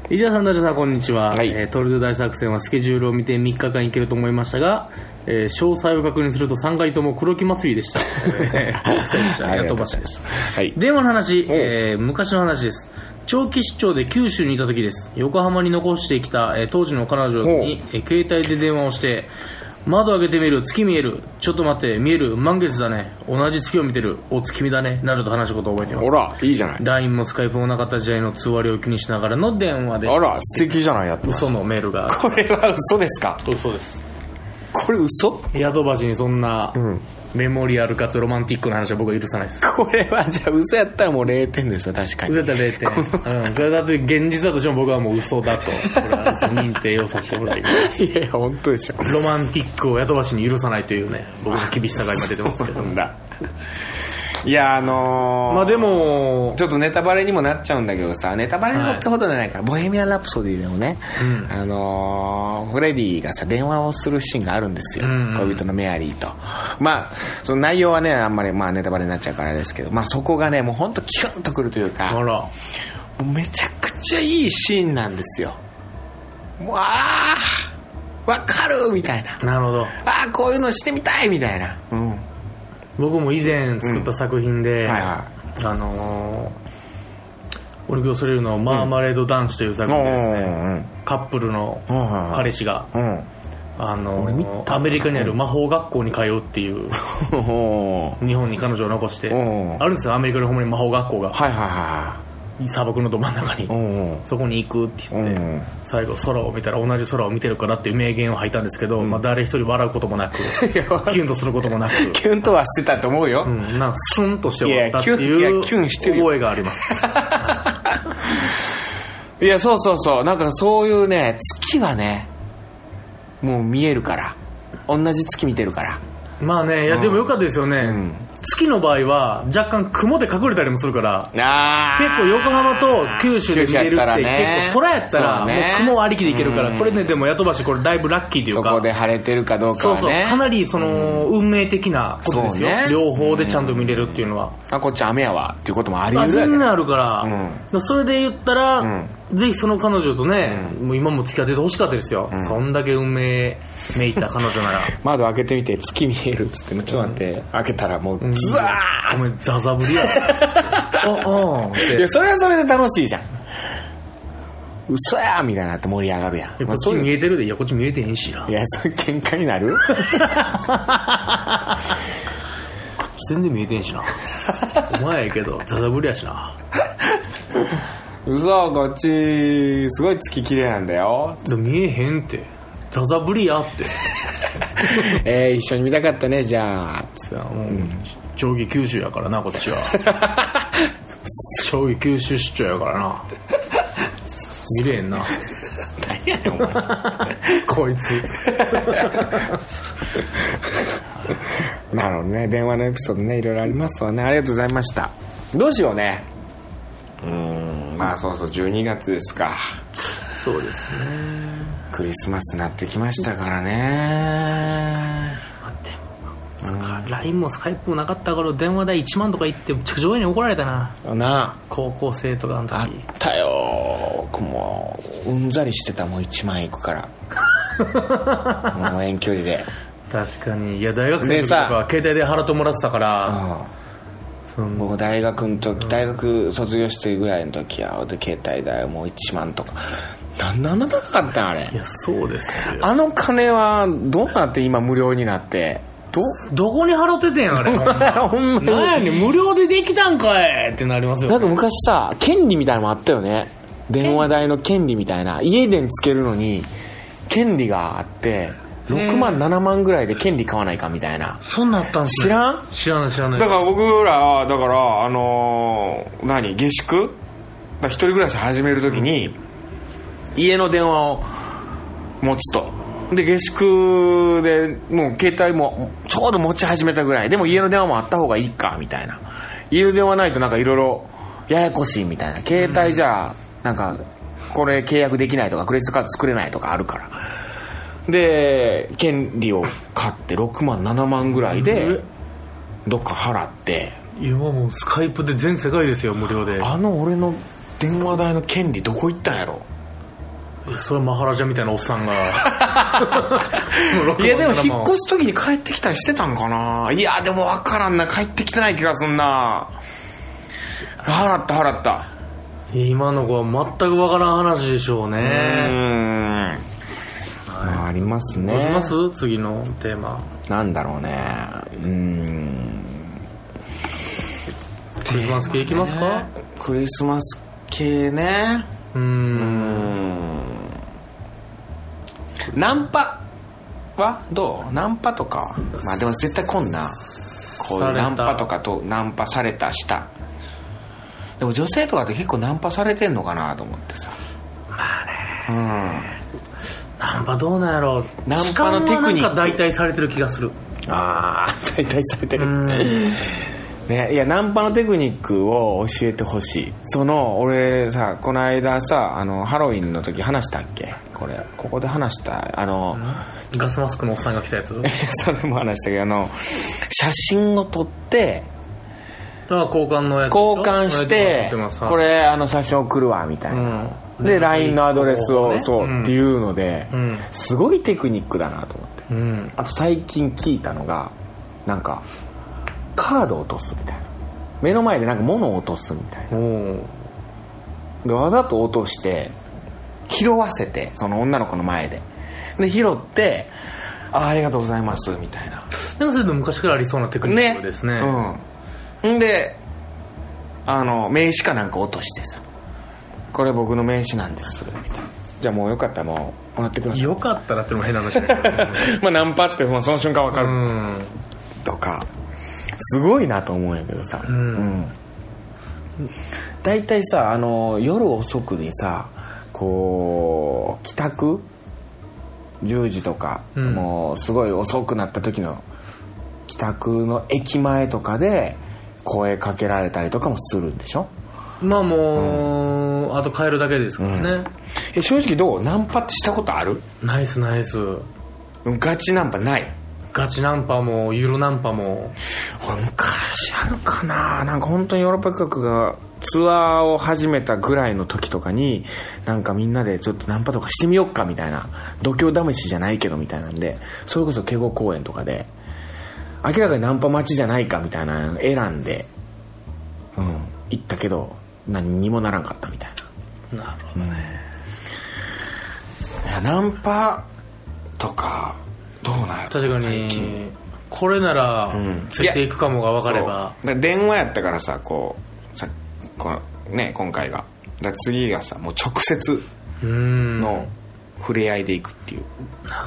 [SPEAKER 2] 伊沢さん、ダルさん、こんにちは。
[SPEAKER 1] はい
[SPEAKER 2] えートルド大作戦はスケジュールを見て3日間行けると思いましたが、えー詳細を確認すると3回とも黒木祭りでした。 えーそうでした。
[SPEAKER 1] ありが
[SPEAKER 2] ヤ
[SPEAKER 1] と
[SPEAKER 2] ト
[SPEAKER 1] うご
[SPEAKER 2] バ
[SPEAKER 1] ざ
[SPEAKER 2] シ
[SPEAKER 1] いま
[SPEAKER 2] でし
[SPEAKER 1] は
[SPEAKER 2] た。
[SPEAKER 1] い。
[SPEAKER 2] 電話の話、えー昔の話です長期出張で九州にいた時です横浜に残してきた、えー当時の彼女に、えー携帯で電話をして窓開けてみる月見えるちょっと待って見える満月だね同じ月を見てるお月見だねなどと話したことを覚えています
[SPEAKER 1] ほら、いいじゃない。
[SPEAKER 2] LINE もスカイプもなかった時代の通話料を気にしながらの電話で
[SPEAKER 1] あら、素敵じゃない、やっとばし。
[SPEAKER 2] 嘘のメールが
[SPEAKER 1] これは嘘ですか
[SPEAKER 2] 嘘です
[SPEAKER 1] これ嘘
[SPEAKER 2] 宿橋にそんな、
[SPEAKER 1] うん
[SPEAKER 2] メモリアルかつロマンティックな話は僕は許さないです
[SPEAKER 1] これは、じゃあ嘘やったらもう0点ですよ、確かに。
[SPEAKER 2] 嘘だ0点。 うん。これだって現実だとしても僕はもう嘘だと。これは嘘認定をさせてもらいます。
[SPEAKER 1] いやいや、本当でしょ。
[SPEAKER 2] ロマンティックを雇わしに許さないというね、僕の厳しさが今出てますけど。
[SPEAKER 1] なんだ。いや、あのー、
[SPEAKER 2] まあで、も、
[SPEAKER 1] ちょっとネタバレにもなっちゃうんだけどさ、ネタバレってほどじゃないから、ボヘミアン・ラプソディでもね、
[SPEAKER 2] うん
[SPEAKER 1] あのーフレディがさ、電話をするシーンがあるんですよ。
[SPEAKER 2] うんうん
[SPEAKER 1] 恋人のメアリーと。まあ、その内容はね、あんまり、まあ、ネタバレになっちゃうからあれですけど、まあそこがね、もうほんとキュンとくるというか、
[SPEAKER 2] あら、
[SPEAKER 1] もうめちゃくちゃいいシーンなんですよ。もう、あー、わかるみたいな。
[SPEAKER 2] なるほど。
[SPEAKER 1] あー、こういうのしてみたいみたいな。うん。は
[SPEAKER 2] 僕も以前作った作品で、
[SPEAKER 1] いは
[SPEAKER 2] あのー、俺今日それるのマーマレード男子という
[SPEAKER 1] い。
[SPEAKER 2] 作
[SPEAKER 1] もう
[SPEAKER 2] 品
[SPEAKER 1] ん
[SPEAKER 2] でですね、
[SPEAKER 1] うん
[SPEAKER 2] カップルの
[SPEAKER 1] うん。うんうん
[SPEAKER 2] 彼氏が、
[SPEAKER 1] うん。
[SPEAKER 2] あ
[SPEAKER 1] 俺見た
[SPEAKER 2] のー、アメリカにある魔法学校に通うって いう、
[SPEAKER 1] おー
[SPEAKER 2] 日本に彼女を残して、
[SPEAKER 1] うん
[SPEAKER 2] あるんですよ、アメリカのほんまに魔法学校が。
[SPEAKER 1] はいはいは
[SPEAKER 2] 砂漠のど真ん中に
[SPEAKER 1] い。うんうん。
[SPEAKER 2] そこに行くって言って、
[SPEAKER 1] うん
[SPEAKER 2] 最後空を見たら同じ空を見てるからっていう名言を吐いたんですけど、まあ、誰一人笑うことも なくキュンとすることもなく、
[SPEAKER 1] キュンとはしてたと思うよ。
[SPEAKER 2] うん、なんかスンとして終わったって
[SPEAKER 1] いやキ
[SPEAKER 2] い
[SPEAKER 1] ュン
[SPEAKER 2] う
[SPEAKER 1] いやキュンしてるよ
[SPEAKER 2] 覚えがあります
[SPEAKER 1] いや、そうそうそう。なんかそういうね、月がね、もう見えるから。同じ月見てるから。
[SPEAKER 2] まあねいやでもよかったですよね、
[SPEAKER 1] ん
[SPEAKER 2] 月の場合は若干雲で隠れたりもするから
[SPEAKER 1] あ
[SPEAKER 2] 結構横浜と九州で見れるって結構空やったらもう雲ありきでいけるから、これねでも宿橋これだいぶラッキーという
[SPEAKER 1] そ
[SPEAKER 2] か
[SPEAKER 1] こで晴れてるかどうか
[SPEAKER 2] そう
[SPEAKER 1] は
[SPEAKER 2] そう、
[SPEAKER 1] ね。
[SPEAKER 2] かなりその、運命的なことですよ、
[SPEAKER 1] そうね
[SPEAKER 2] 両方でちゃんと見れるっていうのは、
[SPEAKER 1] あ、こっち雨やわ。っていうこともあり
[SPEAKER 2] あ
[SPEAKER 1] 得るや
[SPEAKER 2] 全
[SPEAKER 1] ね
[SPEAKER 2] 然あるから、
[SPEAKER 1] うん
[SPEAKER 2] だからそれで言ったら、
[SPEAKER 1] う
[SPEAKER 2] ぜひその彼女とね、もう今も付き合っててほしかったですよ、そんだけ運命めいた彼女 なら。
[SPEAKER 1] 窓開けてみて月見えるっつってねちょっと待って、開けたらもうズワ
[SPEAKER 2] お前、ザザブリや。 お、おんっ
[SPEAKER 1] ーい
[SPEAKER 2] て
[SPEAKER 1] や。それはそれで楽しいじゃん嘘やーみたいになって盛り上がるやん
[SPEAKER 2] いやこ
[SPEAKER 1] も
[SPEAKER 2] っ
[SPEAKER 1] う
[SPEAKER 2] ち
[SPEAKER 1] そういう
[SPEAKER 2] 見えてるで、いや、こっち見えてへんしな。
[SPEAKER 1] いやそういう喧嘩になる
[SPEAKER 2] 全然見えてへん しな。お前やけど、ザザブリやしな。
[SPEAKER 1] 嘘こっちすごい月綺麗なんだよ
[SPEAKER 2] でも見えへんって。ザザブリやって。
[SPEAKER 1] えー、一緒に見たかったねじゃあ
[SPEAKER 2] さあもう、上下九州やからなこっ ちは上下九州出張やからな見れへんな こいつ
[SPEAKER 1] なるほどね電話のエピソードねいろいろありますわねありがとうございましたどうしようねうーんまあそうそう12月ですか
[SPEAKER 2] そうですね
[SPEAKER 1] クリスマスになってきましたからね
[SPEAKER 2] 待ってそっか LINE もスカイプもなかった頃電話代1万とか言ってめちゃくちゃ親に怒られたな
[SPEAKER 1] な
[SPEAKER 2] 高校生とかの
[SPEAKER 1] ああっ
[SPEAKER 2] 時
[SPEAKER 1] たよ僕もううんざりしてたもう1万いくから もう遠距離で
[SPEAKER 2] 確かにいや大学生の時
[SPEAKER 1] で
[SPEAKER 2] と
[SPEAKER 1] さ
[SPEAKER 2] か携帯で払ってもらってたからそ
[SPEAKER 1] うん
[SPEAKER 2] の
[SPEAKER 1] 僕大学の時大学卒業してぐらいの時はで携帯代もう1万とかなんであんな高かったんあれ
[SPEAKER 2] いやそうですよ
[SPEAKER 1] あの金はどうなって今無料になってど
[SPEAKER 2] どこに払っててんやあ れ
[SPEAKER 1] ほんまに
[SPEAKER 2] なんやねん無料でできたんかいってなりますよね
[SPEAKER 1] なんか昔さ権利みたいなのもあったよね電話代の権利みたいな家電つけるのに権利があって6万7万ぐらいで権利買わないかみたいな
[SPEAKER 2] そんなんあったんす
[SPEAKER 1] 知
[SPEAKER 2] ね
[SPEAKER 1] らん
[SPEAKER 2] 知らない知らない
[SPEAKER 1] だから僕ら、だから、あのー何、下宿だから一人暮らし始めるときに、家の電話を持つと。で、下宿で、もう携帯もちょうど持ち始めたぐらい。でも家の電話もあった方がいいか、みたいな。家の電話ないとなんかいろいろややこしいみたいな。携帯じゃ、なんか、これ契約できないとか、クレジットカード作れないとかあるから。で、権利を買って6万、7万ぐらいで、どっか払って、
[SPEAKER 2] 今もうスカイプで全世界ですよ無料で
[SPEAKER 1] あの俺の電話代の権利どこ行ったんやろ
[SPEAKER 2] それマハラジャみたいなおっさんがその 6
[SPEAKER 1] いやでも
[SPEAKER 2] 万
[SPEAKER 1] 引っ
[SPEAKER 2] 7
[SPEAKER 1] 越す時に帰ってきたりしてたんかないやでも分からんな帰ってきてない気がすんな払った払った
[SPEAKER 2] 万今の子は全くわからん話でしょう
[SPEAKER 1] う
[SPEAKER 2] ね
[SPEAKER 1] ーんまあありますね
[SPEAKER 2] どうします次のテーマ
[SPEAKER 1] なんだろうねうーん
[SPEAKER 2] クリスマス系いきますか
[SPEAKER 1] ねクリスマス系ね
[SPEAKER 2] うー
[SPEAKER 1] うんんナンパはどうナンパとかまあでも絶対こんなこう
[SPEAKER 2] された
[SPEAKER 1] ナンパとかとナンパされたしたでも女性とかって結構ナンパされてんのかなと思ってさまあね
[SPEAKER 2] ナンパどうなんやろ
[SPEAKER 1] ナンパのテクニック
[SPEAKER 2] 痴漢はなんか代替されてる気がする
[SPEAKER 1] うんああ大体されて
[SPEAKER 2] う
[SPEAKER 1] る
[SPEAKER 2] ん
[SPEAKER 1] ね、いやナンパのテクニックを教えてほしいその俺さこの間さあのハロウィンの時話したっけこれここで話したあの、
[SPEAKER 2] ガスマスクのおっさんが来たやつだか
[SPEAKER 1] それも話したけど、あの、写真を撮って、
[SPEAKER 2] ら交換のやつ
[SPEAKER 1] 交換し
[SPEAKER 2] やっててます、
[SPEAKER 1] これ、あの、写真送るわ、みたいな。
[SPEAKER 2] うん
[SPEAKER 1] で、LINE のアドレスを、そうう、
[SPEAKER 2] ん
[SPEAKER 1] っていうので
[SPEAKER 2] うん、
[SPEAKER 1] すごいテクニックだなと思って。
[SPEAKER 2] うん
[SPEAKER 1] あと最近聞いたのが、なんか、カードを落とすみたいな。目の前でなんか物を落とすみたいな。
[SPEAKER 2] おー
[SPEAKER 1] でわざと落として拾わせてその女の子の前でで拾って「あありがとうございます」みたいな
[SPEAKER 2] なんかそれでも昔からありそうなテクニックですね。
[SPEAKER 1] うん。んで、あの、名刺かなんか落としてさ、これ僕の名刺なんです、みたいな。じゃあもうよかったらもう、もらってください。
[SPEAKER 2] よかったらってのも変な話だけどね
[SPEAKER 1] まあナンパって、まあ、その瞬間わか
[SPEAKER 2] う
[SPEAKER 1] る、
[SPEAKER 2] ん。
[SPEAKER 1] とか、すごいなと思うんやけどさ。
[SPEAKER 2] うん
[SPEAKER 1] 大体さ、あの、夜遅くにさ、こう、帰宅10時とか、
[SPEAKER 2] うん
[SPEAKER 1] もうすごい遅くなった時の帰宅の駅前とかで声かけられたりとかもするんでしょ
[SPEAKER 2] まあもう、あと変えるだけですからね。
[SPEAKER 1] え正直どうナンパってしたことある
[SPEAKER 2] ナイスナイス。
[SPEAKER 1] ガチナンパない
[SPEAKER 2] ガチナンパも、ゆるナンパも、
[SPEAKER 1] 昔あるかななんか本当にヨーロッパ企画がツアーを始めたぐらいの時とかになんかみんなでちょっとナンパとかしてみよっかみたいな度胸試しじゃないけどみたいなんでそれこそ敬語公演とかで明らかにナンパ待ちじゃないかみたいなの選んでうん行ったけど何にもならんかったみたい
[SPEAKER 2] なるほ
[SPEAKER 1] な、いやナンパとかどうなんやろ
[SPEAKER 2] 確かに、これなら
[SPEAKER 1] うん、
[SPEAKER 2] ついていくかもが分かれば、
[SPEAKER 1] そうだから電話やったからさこうさこのね今回がだから次がさもう直接
[SPEAKER 2] うーん。
[SPEAKER 1] の触れ合いでいくっていう、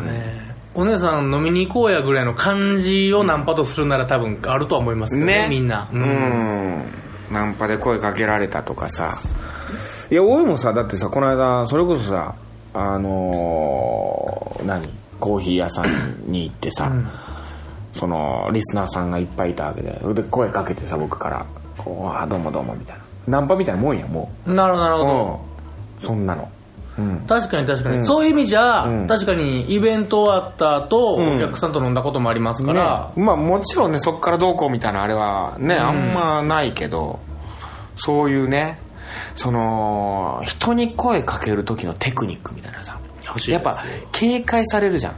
[SPEAKER 2] ねお姉さん飲みに行こうやぐらいの感じをナンパとするなら多分あるとは思いますけどね、
[SPEAKER 1] ね
[SPEAKER 2] みんな。
[SPEAKER 1] うん、ナンパで声かけられたとかさいや俺もさだってさこの間それこそさあのー何コーヒー屋さんに行ってさ、
[SPEAKER 2] うん
[SPEAKER 1] そのリスナーさんがいっぱいいたわけでで声かけてさ僕からこう「あどうもどうも」みたいなナンパみたいなもんやも
[SPEAKER 2] なるほど、なる
[SPEAKER 1] う
[SPEAKER 2] ほど。
[SPEAKER 1] うんそんなのうん
[SPEAKER 2] 確かに確かに、
[SPEAKER 1] うん
[SPEAKER 2] そういう意味じゃ、
[SPEAKER 1] うん
[SPEAKER 2] 確かにイベント終わった後、
[SPEAKER 1] うん
[SPEAKER 2] お客さんと飲んだこともありますから、
[SPEAKER 1] ねまあもちろんねそこからどうこうみたいなあれはね、あんまないけどそういうねその人に声かける時のテクニックみたいなさ
[SPEAKER 2] 欲しい
[SPEAKER 1] や
[SPEAKER 2] で
[SPEAKER 1] っ
[SPEAKER 2] すよ
[SPEAKER 1] ぱ警戒されるじゃん、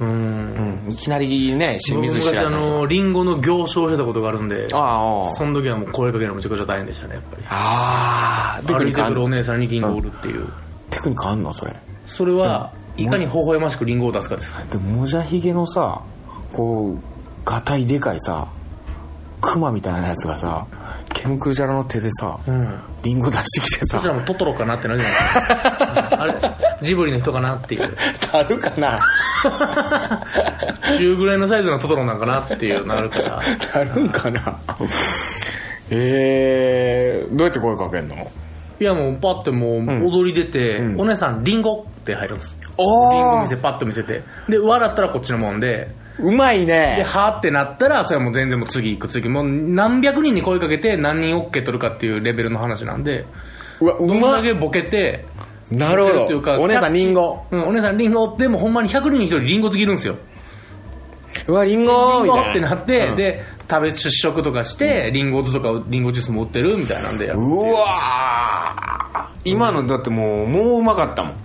[SPEAKER 2] うん
[SPEAKER 1] うん、いきなりね清
[SPEAKER 2] 僕
[SPEAKER 1] 水知
[SPEAKER 2] 昔
[SPEAKER 1] ら
[SPEAKER 2] あ
[SPEAKER 1] ずの
[SPEAKER 2] のリンゴの行商をしてたことがあるんで
[SPEAKER 1] あああ
[SPEAKER 2] その時はもう声かけるのめちゃくちゃ大変でしたねやっぱり
[SPEAKER 1] ああテク
[SPEAKER 2] 歩
[SPEAKER 1] ニック
[SPEAKER 2] いて
[SPEAKER 1] あ
[SPEAKER 2] く
[SPEAKER 1] ん
[SPEAKER 2] るお姉さんにリンゴを売るっていう、
[SPEAKER 1] テクニックあんのそれ
[SPEAKER 2] それはいかに微笑ましくリンゴを出すかです
[SPEAKER 1] でももじゃひげのさこうがたいでかいさクマみたいなやつがさケムクジャラの手でさ、
[SPEAKER 2] ん
[SPEAKER 1] リンゴ出してきて
[SPEAKER 2] そ
[SPEAKER 1] さ
[SPEAKER 2] したらもうトトロかなってなるじゃ ないですかあれジブリの人かなっていう
[SPEAKER 1] あるかな
[SPEAKER 2] 中ぐらいのサイズのトトロなんかなっていうな るから
[SPEAKER 1] なるんかなえー、どうやって声かけんの
[SPEAKER 2] いやもうパッてもう踊り出て、
[SPEAKER 1] うん
[SPEAKER 2] お姉さんリンゴって入るんです
[SPEAKER 1] おー
[SPEAKER 2] リンゴ見せパッと見せてで笑ったらこっちのもんで
[SPEAKER 1] うまい
[SPEAKER 2] で、
[SPEAKER 1] ね
[SPEAKER 2] はーってなったら、それはもう全然もう次行く次、もう何百人に声かけて何人 OK 取るかっていうレベルの話なんで、
[SPEAKER 1] うわう
[SPEAKER 2] どん
[SPEAKER 1] ま
[SPEAKER 2] だ
[SPEAKER 1] っ
[SPEAKER 2] けボケて、
[SPEAKER 1] なるほ
[SPEAKER 2] ボケっていうか
[SPEAKER 1] どお姉さんリンゴ
[SPEAKER 2] うん、お姉さんリンゴでもほんまに100人に1人リンゴ好きいるんですよ。
[SPEAKER 1] うわリンゴ
[SPEAKER 2] リ
[SPEAKER 1] み
[SPEAKER 2] ンゴ
[SPEAKER 1] たいな
[SPEAKER 2] ってなって、
[SPEAKER 1] うん
[SPEAKER 2] で、食べ出食とかして、リンゴ酢とかリンゴジュースも売ってるみたいなんで、
[SPEAKER 1] うわー今のだってもうもううまかったもん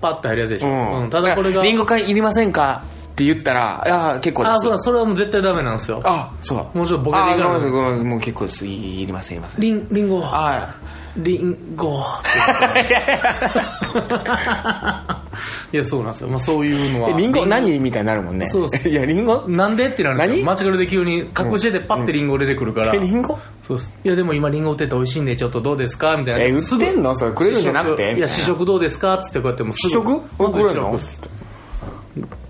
[SPEAKER 2] パッと入るやつでしょ。
[SPEAKER 1] うん
[SPEAKER 2] うんただこれが、
[SPEAKER 1] リンゴ買いりませんかって言ったら、いや、結構です。
[SPEAKER 2] あ、そうだ、それはもう絶対ダメなんですよ。
[SPEAKER 1] あ、そうだ。
[SPEAKER 2] もうちょっとボケていかない
[SPEAKER 1] あごめんなさいごめんなさいもう結構です。いいりません、いりません。
[SPEAKER 2] リン、リンゴ、
[SPEAKER 1] あ
[SPEAKER 2] リンゴって いや、そうなんですよ。まあそういうのは。
[SPEAKER 1] リンゴ何みたいになるもんね。
[SPEAKER 2] そうです
[SPEAKER 1] いや、リンゴ
[SPEAKER 2] なんでってなるんですよ。間違えで急に隠しててパッてリンゴ出てくるから。
[SPEAKER 1] え、リンゴ
[SPEAKER 2] そうっす。いやでも今リンゴ売ってて美味しいんでちょっとどうですかみたいな。
[SPEAKER 1] え、売ってんのそれくれるんじゃなくて
[SPEAKER 2] いや試食どうですかっつってこうやってもうす
[SPEAKER 1] 試
[SPEAKER 2] ぐ
[SPEAKER 1] 食
[SPEAKER 2] 僕
[SPEAKER 1] くれるの
[SPEAKER 2] 試食っす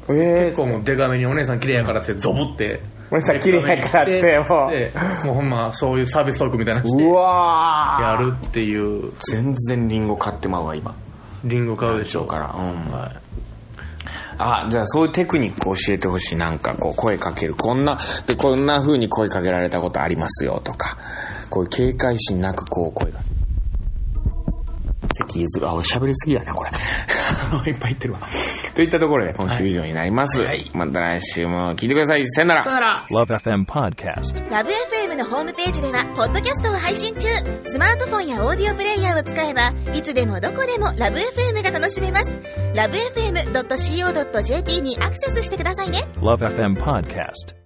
[SPEAKER 1] え
[SPEAKER 2] 結構もうデカめにお姉さん綺麗やからっつってゾブって。
[SPEAKER 1] お姉さん綺麗やからってもう
[SPEAKER 2] でもうほんまそういうサービストークみたいなのし
[SPEAKER 1] ー、
[SPEAKER 2] て
[SPEAKER 1] う。わー
[SPEAKER 2] やるっていう、
[SPEAKER 1] 全然リンゴ買ってまうわ、今。
[SPEAKER 2] リンゴ買うでしょ
[SPEAKER 1] そう
[SPEAKER 2] う
[SPEAKER 1] か。ら。うん。
[SPEAKER 2] はい。
[SPEAKER 1] あ、じゃあそういうテクニック教えてほしい。なんかこう声かける。こんな、で、こんな風に声かけられたことありますよとか、こういう警戒心なくこう声が。席譲る。あ、俺喋りすぎやな、これ。 いっぱい言ってるわ。といったところで今週以上になります。
[SPEAKER 2] はいはい
[SPEAKER 1] また来週も聞いてください。さよなら。
[SPEAKER 2] だから、
[SPEAKER 3] Love FM Podcast.
[SPEAKER 4] ラブ f m のホームページではポッドキャストを配信中スマートフォンやオーディオプレイヤーを使えばいつでもどこでもラブ f m が楽しめますラブ FM.co.jp にアクセスしてくださいね
[SPEAKER 3] Love FM Podcast.